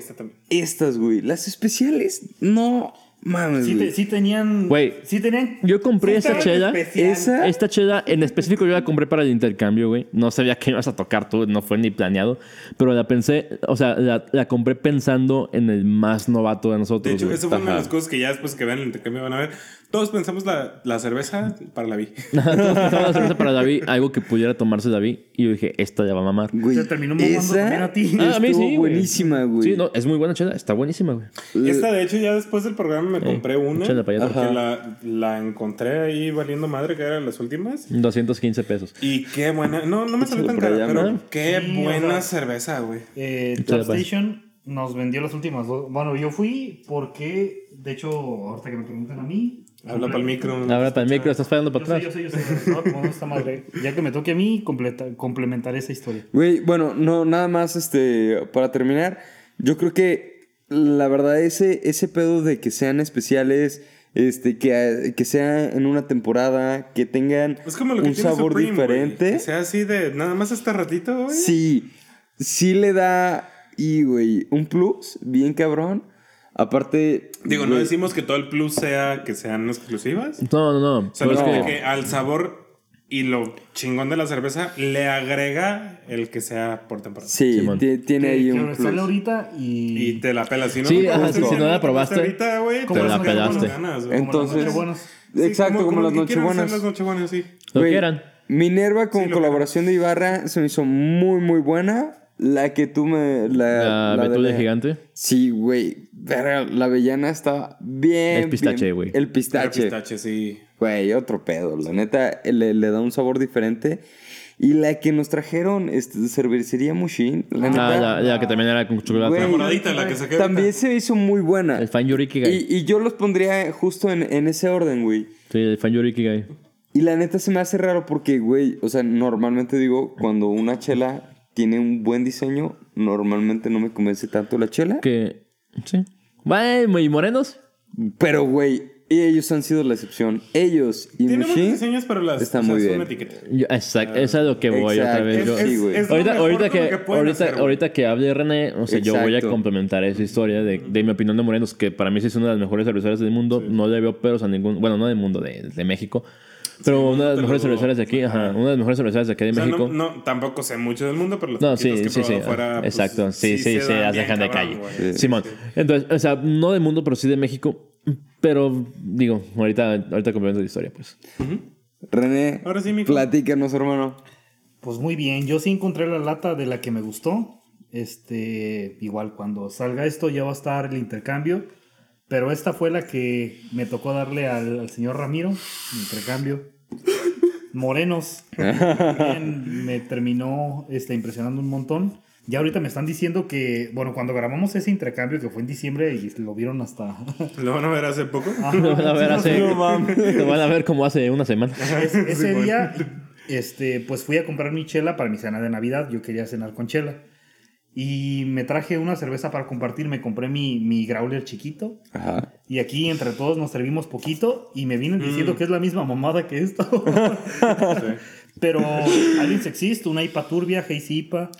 [SPEAKER 1] Estas, güey. Las especiales, no mames.
[SPEAKER 5] Sí,
[SPEAKER 1] güey.
[SPEAKER 5] te- sí tenían.
[SPEAKER 2] Güey.
[SPEAKER 5] Sí tenían.
[SPEAKER 2] Yo compré
[SPEAKER 5] Sí,
[SPEAKER 2] esta
[SPEAKER 5] estaba
[SPEAKER 2] chela.
[SPEAKER 5] especial. ¿Esa?
[SPEAKER 2] Esta chela en específico yo la compré para el intercambio, güey. No sabía que ibas a tocar tú, no fue ni planeado. Pero la pensé, o sea, la, la compré pensando en el más novato de nosotros.
[SPEAKER 10] De hecho,
[SPEAKER 2] güey.
[SPEAKER 10] eso fue una de
[SPEAKER 2] Ajá.
[SPEAKER 10] las cosas que ya después que vean el intercambio van a ver. Todos pensamos la, la cerveza para la vi.
[SPEAKER 2] Todos pensaban la cerveza para David, algo que pudiera tomarse David. Y yo dije, esta ya va a mamar.
[SPEAKER 5] Se terminó mamando
[SPEAKER 1] esa
[SPEAKER 5] también a ti.
[SPEAKER 2] Ah, a mí sí, güey.
[SPEAKER 1] buenísima, güey.
[SPEAKER 2] Sí, no, es muy buena chela. Está buenísima, güey.
[SPEAKER 10] Esta, de hecho, ya después del programa
[SPEAKER 5] Eh,
[SPEAKER 10] me compré una.
[SPEAKER 2] échale pa' allá.
[SPEAKER 10] Porque
[SPEAKER 2] Ajá.
[SPEAKER 10] la, la encontré ahí valiendo madre, que eran las últimas.
[SPEAKER 2] 215 pesos.
[SPEAKER 10] Y qué buena. No, no me salió tan
[SPEAKER 2] por
[SPEAKER 10] cara,
[SPEAKER 2] allá,
[SPEAKER 10] pero
[SPEAKER 2] ¿no?
[SPEAKER 10] qué
[SPEAKER 5] Sí, o
[SPEAKER 10] buena
[SPEAKER 5] sea,
[SPEAKER 10] cerveza, güey.
[SPEAKER 5] Eh,
[SPEAKER 2] Te
[SPEAKER 5] Tap
[SPEAKER 2] la paso.
[SPEAKER 5] Station nos vendió las últimas dos. Bueno, yo fui porque, de hecho, ahorita que me preguntan a mí.
[SPEAKER 10] Habla pa'l micro.
[SPEAKER 2] Ahora para el micro, estás fallando para
[SPEAKER 5] Yo sé,
[SPEAKER 2] atrás.
[SPEAKER 5] yo sé, yo sé. No, como no está madre. Ya que me toque a mí, completa, complementaré esa historia.
[SPEAKER 1] Güey, bueno, no, nada más, este, para terminar, yo creo que la verdad ese, ese pedo de que sean especiales, este, que, que sea en una temporada, que tengan
[SPEAKER 10] Es como lo que
[SPEAKER 1] un
[SPEAKER 10] tiene
[SPEAKER 1] sabor
[SPEAKER 10] Supreme, güey.
[SPEAKER 1] diferente,
[SPEAKER 10] Que sea así de nada más este ratito, güey.
[SPEAKER 1] sí, sí le da, y güey, un plus, bien cabrón, aparte...
[SPEAKER 10] Digo, no
[SPEAKER 1] güey,
[SPEAKER 10] decimos que todo el plus sea que sean exclusivas.
[SPEAKER 2] No, no, no.
[SPEAKER 10] O sea, no.
[SPEAKER 2] Pero es
[SPEAKER 10] que...
[SPEAKER 2] que-
[SPEAKER 10] al sabor y lo chingón de la cerveza le agrega el que sea por temporada.
[SPEAKER 1] Sí, tie- tiene
[SPEAKER 5] Que-
[SPEAKER 1] ahí
[SPEAKER 5] que
[SPEAKER 1] un
[SPEAKER 5] sale
[SPEAKER 1] plus.
[SPEAKER 5] ahorita y.
[SPEAKER 10] Y te la pelas. Si no,
[SPEAKER 2] Sí,
[SPEAKER 10] te
[SPEAKER 2] ajá,
[SPEAKER 10] gusta,
[SPEAKER 2] sí, si no
[SPEAKER 10] te
[SPEAKER 2] la
[SPEAKER 10] gusta
[SPEAKER 2] probaste,
[SPEAKER 10] ahorita, güey,
[SPEAKER 2] te la
[SPEAKER 10] vas a quedar con
[SPEAKER 2] pelaste.
[SPEAKER 10] las ganas, güey.
[SPEAKER 1] Entonces,
[SPEAKER 5] Nochebuenas.
[SPEAKER 1] exacto, como, las
[SPEAKER 10] lo que quieran hacer
[SPEAKER 1] nochebuenas.
[SPEAKER 10] las nochebuenas, sí.
[SPEAKER 2] Lo
[SPEAKER 1] Güey,
[SPEAKER 2] que eran.
[SPEAKER 1] Minerva con colaboración de Ibarra se me hizo muy, muy buena. La que tú me. La,
[SPEAKER 2] La betula
[SPEAKER 1] la-
[SPEAKER 2] gigante.
[SPEAKER 1] Sí, güey. Verga, La avellana estaba bien.
[SPEAKER 2] El pistache,
[SPEAKER 1] bien-
[SPEAKER 2] güey.
[SPEAKER 1] El
[SPEAKER 10] Era
[SPEAKER 1] pistache.
[SPEAKER 10] pistache, sí.
[SPEAKER 1] Güey, otro pedo. La neta le, le da un sabor diferente. Y la que nos trajeron, este, cervecería Mushin. La
[SPEAKER 2] Ah,
[SPEAKER 1] neta.
[SPEAKER 2] la, la que también era con chocolate.
[SPEAKER 1] güey,
[SPEAKER 10] moradita, la que saqué ahorita.
[SPEAKER 1] También se hizo muy buena.
[SPEAKER 2] El fan Yurikigai.
[SPEAKER 1] Y, y yo los pondría justo en, en ese orden, güey.
[SPEAKER 2] Sí, el fan Yurikigai.
[SPEAKER 1] Y la neta se me hace raro porque, güey, o sea, normalmente digo, cuando una chela tiene un buen diseño, normalmente no me convence tanto la chela.
[SPEAKER 2] Que. Sí. Bueno, ¿y morenos?
[SPEAKER 1] Pero, güey, ellos han sido la excepción. Ellos y
[SPEAKER 10] Tiene buenos
[SPEAKER 1] Mushin
[SPEAKER 10] diseños, pero las
[SPEAKER 1] está
[SPEAKER 10] o sea,
[SPEAKER 1] muy
[SPEAKER 10] son
[SPEAKER 1] bien.
[SPEAKER 10] etiqueta.
[SPEAKER 2] Yo- exacto, eso es a lo que voy
[SPEAKER 1] Exacto,
[SPEAKER 2] otra vez. yo.
[SPEAKER 1] es- Sí, güey.
[SPEAKER 10] Ah, Es lo
[SPEAKER 2] ahorita,
[SPEAKER 10] mejor
[SPEAKER 2] ahorita
[SPEAKER 10] con lo
[SPEAKER 2] que,
[SPEAKER 10] pueden
[SPEAKER 2] ahorita,
[SPEAKER 10] hacer, güey.
[SPEAKER 2] ahorita que hable René, o sea, yo voy a
[SPEAKER 1] Exacto.
[SPEAKER 2] complementar esa historia de, de mi opinión de Morenos, que para mí sí es una de las mejores cerveceras del mundo. No le veo peros a ningún, bueno, no del mundo, de, de México. Pero una de las
[SPEAKER 10] te lo
[SPEAKER 2] mejores
[SPEAKER 10] dudo.
[SPEAKER 2] cerveceras de aquí, ajá, una de las mejores cerveceras de aquí de
[SPEAKER 10] pues, O sea,
[SPEAKER 2] México.
[SPEAKER 10] no, no, tampoco sé mucho del mundo, pero las
[SPEAKER 2] No,
[SPEAKER 10] poquitas
[SPEAKER 2] sí,
[SPEAKER 10] que he
[SPEAKER 2] sí, sí.
[SPEAKER 10] probado fuera, pues,
[SPEAKER 2] Exacto, sí, sí, sí,
[SPEAKER 10] dan
[SPEAKER 2] las
[SPEAKER 10] bien
[SPEAKER 2] dejan de
[SPEAKER 10] cabrón,
[SPEAKER 2] calle.
[SPEAKER 10] güey.
[SPEAKER 2] Simón. Entonces, o sea, no del mundo, pero sí de México. Pero, digo, ahorita, ahorita complemento la historia, pues.
[SPEAKER 1] René,
[SPEAKER 10] Ahora sí, mi
[SPEAKER 1] platícanos, hermano.
[SPEAKER 5] Pues muy bien, yo sí encontré la lata de la que me gustó. Este, igual cuando salga esto ya va a estar el intercambio. Pero esta fue la que me tocó darle al, al señor Ramiro. mi Intercambio. Morenos. También me terminó este, impresionando un montón. Ya ahorita me están diciendo que, bueno, cuando grabamos ese intercambio que fue en diciembre y lo vieron hasta...
[SPEAKER 10] ¿Lo van a ver hace poco?
[SPEAKER 2] Lo van a ver hace- lo van a ver como hace una semana.
[SPEAKER 5] Ese- ese día, este, pues fui a comprar mi chela para mi cena de Navidad. Yo quería cenar con chela. Y me traje una cerveza para compartir. Me compré mi, mi growler chiquito.
[SPEAKER 1] Ajá.
[SPEAKER 5] Y aquí entre todos nos servimos poquito. Y me vienen
[SPEAKER 10] Mm.
[SPEAKER 5] diciendo que es la misma mamada que esto. Pero alguien sexista, una IPA turbia, Hazy IPA.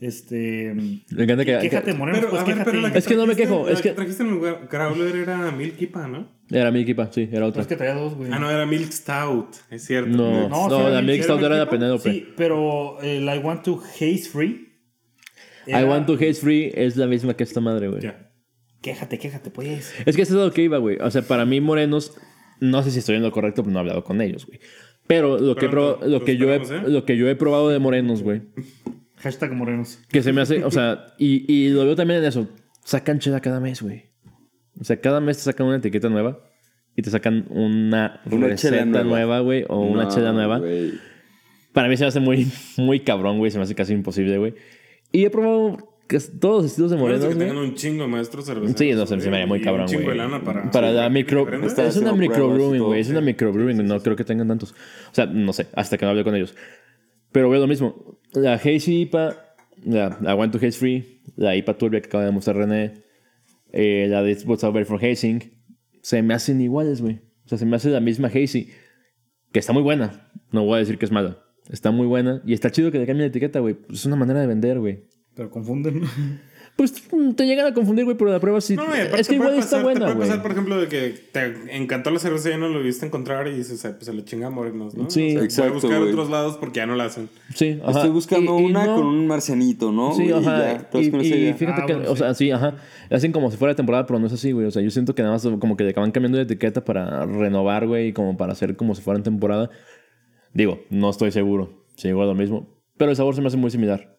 [SPEAKER 5] Este.
[SPEAKER 2] Me encanta que-
[SPEAKER 5] Quéjate,
[SPEAKER 2] que-
[SPEAKER 5] Moreno,
[SPEAKER 10] Pero,
[SPEAKER 5] pues
[SPEAKER 10] a ver,
[SPEAKER 5] quéjate.
[SPEAKER 10] pero la
[SPEAKER 2] Es que no me
[SPEAKER 10] trajiste-
[SPEAKER 2] quejo,
[SPEAKER 10] la
[SPEAKER 2] es que-
[SPEAKER 10] trajiste en lugar Growler era Milk Ipa, ¿no?
[SPEAKER 2] Era mi equipa, sí, era
[SPEAKER 5] Pero
[SPEAKER 2] otra.
[SPEAKER 5] es Pues que traía dos, güey.
[SPEAKER 10] Ah, no, era Milk Stout, es cierto.
[SPEAKER 2] No,
[SPEAKER 5] No,
[SPEAKER 2] no,
[SPEAKER 5] sí era
[SPEAKER 2] la
[SPEAKER 5] mi-
[SPEAKER 2] Mixed
[SPEAKER 10] era
[SPEAKER 2] Out
[SPEAKER 10] mi
[SPEAKER 2] era la
[SPEAKER 10] equipa.
[SPEAKER 2] Penélope.
[SPEAKER 5] Sí, pero eh, la I want to haze free.
[SPEAKER 2] I
[SPEAKER 5] era-
[SPEAKER 2] Want to Hate Free es la misma que esta madre, güey.
[SPEAKER 10] Ya.
[SPEAKER 5] Quéjate, quéjate, pues.
[SPEAKER 2] Es que eso es lo que iba, güey. O sea, para mí, Morenos, no sé si estoy en lo correcto, pero no he hablado con ellos, güey. Pero lo que, he
[SPEAKER 10] Pronto,
[SPEAKER 2] proba- lo,
[SPEAKER 10] lo
[SPEAKER 2] que yo he,
[SPEAKER 10] esperamos, ¿eh?
[SPEAKER 2] lo que yo he probado de Morenos, güey,
[SPEAKER 5] Hashtag morenos.
[SPEAKER 2] que se me hace, o sea, y, y lo veo también en eso. Sacan chela cada mes, güey. O sea, cada mes te sacan una etiqueta nueva y te sacan una,
[SPEAKER 1] Una chela
[SPEAKER 2] receta
[SPEAKER 1] nueva.
[SPEAKER 2] nueva, güey, o una
[SPEAKER 1] No,
[SPEAKER 2] chela nueva.
[SPEAKER 1] güey.
[SPEAKER 2] Para mí se me hace muy, muy cabrón, güey. Se me hace casi imposible, güey. Y he probado casi todos los estilos de
[SPEAKER 10] Bueno,
[SPEAKER 2] morenos,
[SPEAKER 10] que
[SPEAKER 2] güey.
[SPEAKER 10] tengan un chingo de maestros cerveceros.
[SPEAKER 2] Sí, no, se
[SPEAKER 10] güey,
[SPEAKER 2] me haría muy
[SPEAKER 10] y
[SPEAKER 2] cabrón,
[SPEAKER 10] Un chingo de
[SPEAKER 2] güey.
[SPEAKER 10] lana para...
[SPEAKER 2] Para la micro...
[SPEAKER 10] ¿Diferente?
[SPEAKER 1] Está
[SPEAKER 2] Es
[SPEAKER 1] haciendo
[SPEAKER 2] una
[SPEAKER 1] pruebas y
[SPEAKER 2] microbrewing,
[SPEAKER 1] todo,
[SPEAKER 2] güey. Es una microbrewing. No creo que tengan tantos. O sea, no sé. Hasta que no hable con ellos. Pero veo lo mismo. La Hazy IPA... La I Want to Haze Free. La IPA Turbia que acaba de mostrar René. eh, la de It's What's Over for Hazing. Se me hacen iguales, güey. O sea, se me hace la misma Hazy. Que está muy buena. No voy a decir que es mala. Está muy buena. Y está chido que le cambien la etiqueta, güey. Es una manera de vender, güey.
[SPEAKER 5] Pero confunden.
[SPEAKER 2] Pues mm, te llegan a confundir, güey, pero la prueba sí.
[SPEAKER 10] No, y aparte
[SPEAKER 2] es que igual
[SPEAKER 10] puede
[SPEAKER 2] está
[SPEAKER 10] pasar, te
[SPEAKER 2] buena,
[SPEAKER 10] puede
[SPEAKER 2] güey.
[SPEAKER 10] pasar, por ejemplo, de que te encantó la cerveza y ya no lo viste encontrar y dices, "Ay, pues se la chingamos, ¿no?
[SPEAKER 2] Sí.
[SPEAKER 10] O sea,
[SPEAKER 2] Exacto,
[SPEAKER 10] voy a buscar
[SPEAKER 2] güey.
[SPEAKER 10] otros lados porque ya no la hacen.
[SPEAKER 2] Sí, ajá.
[SPEAKER 1] Estoy buscando
[SPEAKER 2] Y- y
[SPEAKER 1] una
[SPEAKER 2] no-
[SPEAKER 1] con un marcianito, ¿no?
[SPEAKER 2] Sí,
[SPEAKER 1] güey? Y
[SPEAKER 2] ajá.
[SPEAKER 1] ya, te vas con
[SPEAKER 2] Y,
[SPEAKER 1] esa
[SPEAKER 2] y
[SPEAKER 1] idea.
[SPEAKER 2] fíjate que, o sea, sí, ajá. Hacen como si fuera temporada, pero no es así, güey. O sea, yo siento que nada más como que le acaban cambiando de etiqueta para renovar, güey, y como para hacer como si fuera en temporada. Digo, no estoy seguro si igual lo mismo, pero el sabor se me hace muy similar,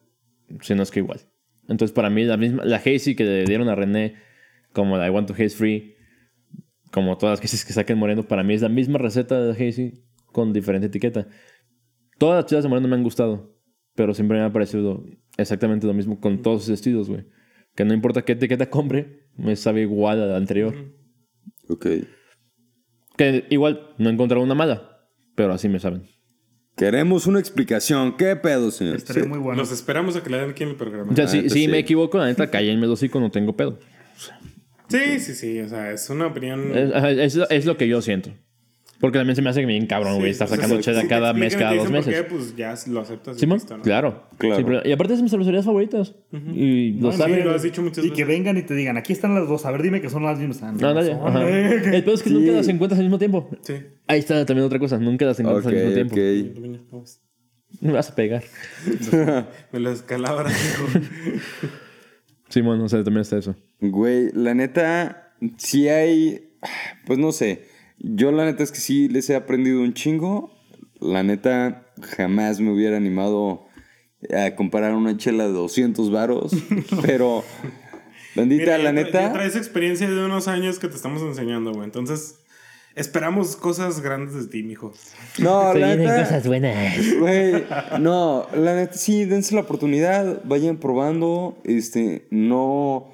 [SPEAKER 2] si no es que igual. Entonces, para mí, la misma, la Hazy que le dieron a René, como la I Want to Haze Free, como todas las Hazy que saquen Moreno, para mí es la misma receta de la Hazy con diferente etiqueta. Todas las chelas de Moreno me han gustado, pero siempre me ha parecido exactamente lo mismo con todos sus estilos, güey. Que no importa qué etiqueta compre, me sabe igual a la anterior.
[SPEAKER 1] Ok.
[SPEAKER 2] Que igual no he encontrado una mala, pero así me saben.
[SPEAKER 1] Queremos una explicación. ¿Qué pedo, señor? Sí.
[SPEAKER 10] Los esperamos a que le den aquí en el programa.
[SPEAKER 2] O sea, si, si me equivoco, la neta, cállenme los hocico, no tengo pedo.
[SPEAKER 10] Sí, sí, sí. O sea, es una opinión.
[SPEAKER 2] Es, ajá, es- es lo que yo siento. Porque también se me hace que bien cabrón, güey, estar
[SPEAKER 10] o sea,
[SPEAKER 2] sacando
[SPEAKER 10] si-
[SPEAKER 2] chela
[SPEAKER 10] si te
[SPEAKER 2] cada mes,
[SPEAKER 10] explican y
[SPEAKER 2] cada
[SPEAKER 10] te
[SPEAKER 2] dos
[SPEAKER 10] dicen por
[SPEAKER 2] meses.
[SPEAKER 10] qué, pues ya lo aceptas. y
[SPEAKER 2] Simón,
[SPEAKER 10] listo, ¿no?
[SPEAKER 2] claro.
[SPEAKER 1] Claro.
[SPEAKER 2] Sí, pero- y aparte es de mis cervecerías favoritas. Y lo
[SPEAKER 5] No,
[SPEAKER 2] saben.
[SPEAKER 5] sí, Y que vengan y te digan, aquí están las dos, a ver, dime que son las mismas. Ah,
[SPEAKER 2] No, nadie.
[SPEAKER 5] son,
[SPEAKER 2] ajá.
[SPEAKER 5] eh, que-
[SPEAKER 2] El pedo es que nunca las encuentras al mismo tiempo. Ahí está también otra cosa, nunca las encuentras al mismo tiempo.
[SPEAKER 10] Ok, ok.
[SPEAKER 2] Me vas a pegar.
[SPEAKER 10] Me lo descalabra.
[SPEAKER 2] Sí, bueno, o sea, también está eso.
[SPEAKER 1] Güey, la neta, si hay. Pues no sé. Yo la neta es que sí les he aprendido un chingo. La neta, jamás me hubiera animado a comparar una chela de 200 varos. pero, bandita,
[SPEAKER 10] Mira,
[SPEAKER 1] la
[SPEAKER 10] ya tra-
[SPEAKER 1] neta.
[SPEAKER 10] Ya traes experiencia de unos años que te estamos enseñando, güey. Entonces, esperamos cosas grandes de ti, mijo.
[SPEAKER 1] No,
[SPEAKER 10] Se
[SPEAKER 1] la
[SPEAKER 10] vienen
[SPEAKER 1] neta.
[SPEAKER 10] cosas
[SPEAKER 2] buenas.
[SPEAKER 1] Güey, no, la neta, sí, dense la oportunidad, vayan probando. Este, no.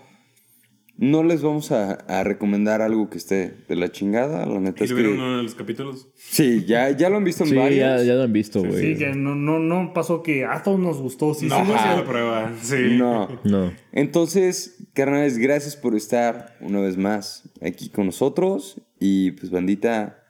[SPEAKER 1] No les vamos a, a recomendar algo que esté de la chingada. La neta
[SPEAKER 10] Y
[SPEAKER 1] es
[SPEAKER 10] lo vieron en
[SPEAKER 1] que.
[SPEAKER 10] uno de los capítulos.
[SPEAKER 1] Sí, ya, ya lo han visto en
[SPEAKER 2] Sí,
[SPEAKER 1] varios.
[SPEAKER 2] ya, ya lo han visto, güey.
[SPEAKER 5] Sí, que no, no, no pasó que a todos nos gustó. Sí, sí,
[SPEAKER 1] Ajá.
[SPEAKER 5] sí.
[SPEAKER 1] No.
[SPEAKER 2] No.
[SPEAKER 1] Entonces, carnales, gracias por estar una vez más aquí con nosotros. Y pues, bandita,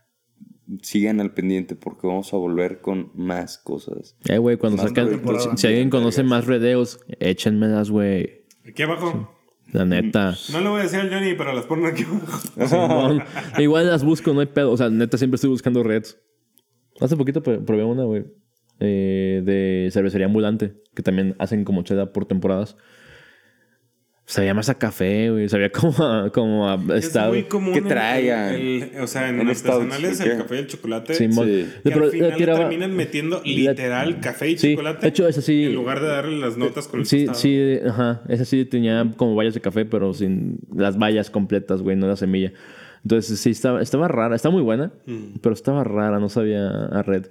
[SPEAKER 1] sigan al pendiente porque vamos a volver con más cosas.
[SPEAKER 2] Eh, güey, cuando
[SPEAKER 1] Más
[SPEAKER 2] sacan.
[SPEAKER 1] temporada.
[SPEAKER 2] Si, si alguien conoce más redeos, échenmelas, güey.
[SPEAKER 10] Aquí abajo.
[SPEAKER 2] La neta.
[SPEAKER 10] No le voy a decir al Johnny, pero las ponen aquí abajo.
[SPEAKER 2] Simón. Igual las busco, no hay pedo. O sea, neta, siempre estoy buscando reds. Hace poquito pr- probé una, güey. eh, de cervecería ambulante. Que también hacen como cheda por temporadas. Sabía más a café, güey. Sabía como a, como a
[SPEAKER 10] Es
[SPEAKER 2] estado.
[SPEAKER 10] muy común. el- el- el- o sea, en,
[SPEAKER 2] En
[SPEAKER 10] artesanales,
[SPEAKER 2] stouts, ¿o
[SPEAKER 10] el
[SPEAKER 2] qué?
[SPEAKER 10] café y el chocolate.
[SPEAKER 2] Sí, mo- Sí.
[SPEAKER 10] Que
[SPEAKER 2] Pero
[SPEAKER 10] al final
[SPEAKER 2] la
[SPEAKER 10] le
[SPEAKER 2] tiraba-
[SPEAKER 10] terminan metiendo literal café y chocolate.
[SPEAKER 2] De hecho, esa sí.
[SPEAKER 10] En lugar de darle las notas con el
[SPEAKER 2] Sí,
[SPEAKER 10] tostado.
[SPEAKER 2] sí, ajá. Esa sí tenía como vallas de café, pero sin las vallas completas, güey, no la semilla. Entonces sí, estaba, estaba rara, está muy buena,
[SPEAKER 5] Mm.
[SPEAKER 2] pero estaba rara, no sabía a red.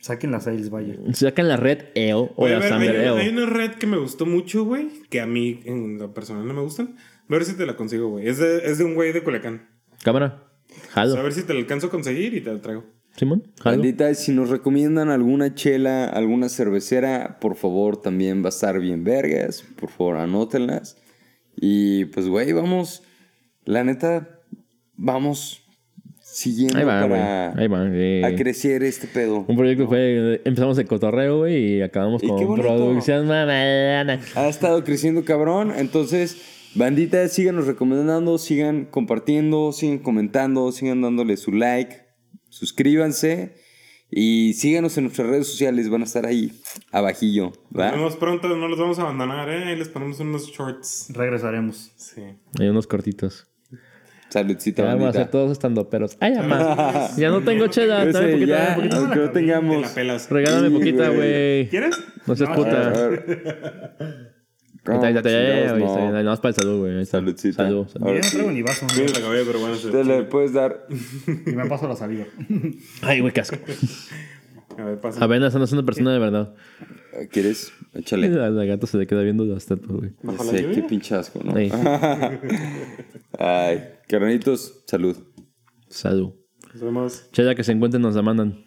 [SPEAKER 5] Saquen las sales, vaya.
[SPEAKER 2] Sacan la red EO o
[SPEAKER 10] Oye, a
[SPEAKER 2] la
[SPEAKER 10] ver, hay,
[SPEAKER 2] Summer
[SPEAKER 10] una- hay
[SPEAKER 2] EO.
[SPEAKER 10] una red que me gustó mucho, güey. Que a mí, en lo personal, no me gustan. A ver si te la consigo, güey. Es de, es de un güey de Culiacán.
[SPEAKER 2] Cámara,
[SPEAKER 10] O
[SPEAKER 2] jalo.
[SPEAKER 10] sea, a ver si te la alcanzo a conseguir y te la traigo.
[SPEAKER 2] Simón, jalo.
[SPEAKER 1] Bandita, si nos recomiendan alguna chela, alguna cervecera, por favor, también va a estar bien vergas. Por favor, anótenlas. Y pues, güey, vamos. La neta, vamos siguiendo
[SPEAKER 2] Ahí va, güey.
[SPEAKER 1] para
[SPEAKER 2] Ahí va. sí.
[SPEAKER 1] a crecer este pedo.
[SPEAKER 2] Un proyecto fue, empezamos el cotorreo, güey, y acabamos
[SPEAKER 1] Y
[SPEAKER 2] con
[SPEAKER 1] qué bonito.
[SPEAKER 2] producción mamalona.
[SPEAKER 1] Ha estado creciendo cabrón. Entonces, bandita, síganos recomendando, sigan compartiendo, sigan comentando, sigan dándole su like, suscríbanse y síganos en nuestras redes sociales. Van a estar ahí abajillo,
[SPEAKER 10] Nos
[SPEAKER 1] ¿va?
[SPEAKER 10] vemos pronto, no los vamos a abandonar, ¿eh? Ahí les ponemos unos shorts.
[SPEAKER 5] Regresaremos.
[SPEAKER 10] Sí.
[SPEAKER 2] Hay unos cortitos.
[SPEAKER 1] Saludcita,
[SPEAKER 2] Ya vamos a
[SPEAKER 1] bandita.
[SPEAKER 2] hacer todos estandoperos. Ay, mamá. Ya no tengo chela. Dame
[SPEAKER 1] Ese,
[SPEAKER 2] poquita,
[SPEAKER 1] ya,
[SPEAKER 2] dame poquita.
[SPEAKER 1] aunque no tengamos.
[SPEAKER 2] Regálame
[SPEAKER 1] Sí,
[SPEAKER 2] poquita, güey.
[SPEAKER 10] ¿Quieres?
[SPEAKER 2] No seas puta.
[SPEAKER 1] A
[SPEAKER 2] Ahí
[SPEAKER 1] ver,
[SPEAKER 2] está, ahí está, ahí está,
[SPEAKER 1] chingados,
[SPEAKER 2] ahí está,
[SPEAKER 1] no.
[SPEAKER 2] ahí está. Nada más para el salud, güey. Ahí está. Salud. salud.
[SPEAKER 5] Yo no traigo ni vaso.
[SPEAKER 10] Yo la acabé, pero bueno. se-
[SPEAKER 1] Te le puedes dar.
[SPEAKER 5] Y me paso la saliva.
[SPEAKER 2] Ay, güey, qué asco.
[SPEAKER 10] A ver, pasa.
[SPEAKER 2] Avenas, no es una persona de verdad.
[SPEAKER 1] ¿Quieres? Échale.
[SPEAKER 2] La, la gata se le queda viendo la estatua, güey.
[SPEAKER 1] No sé, qué pinche asco, ¿no?
[SPEAKER 2] Ahí.
[SPEAKER 1] Ay, carnalitos, salud.
[SPEAKER 2] Salud.
[SPEAKER 10] Nos vemos.
[SPEAKER 2] Chela que se encuentren nos la mandan.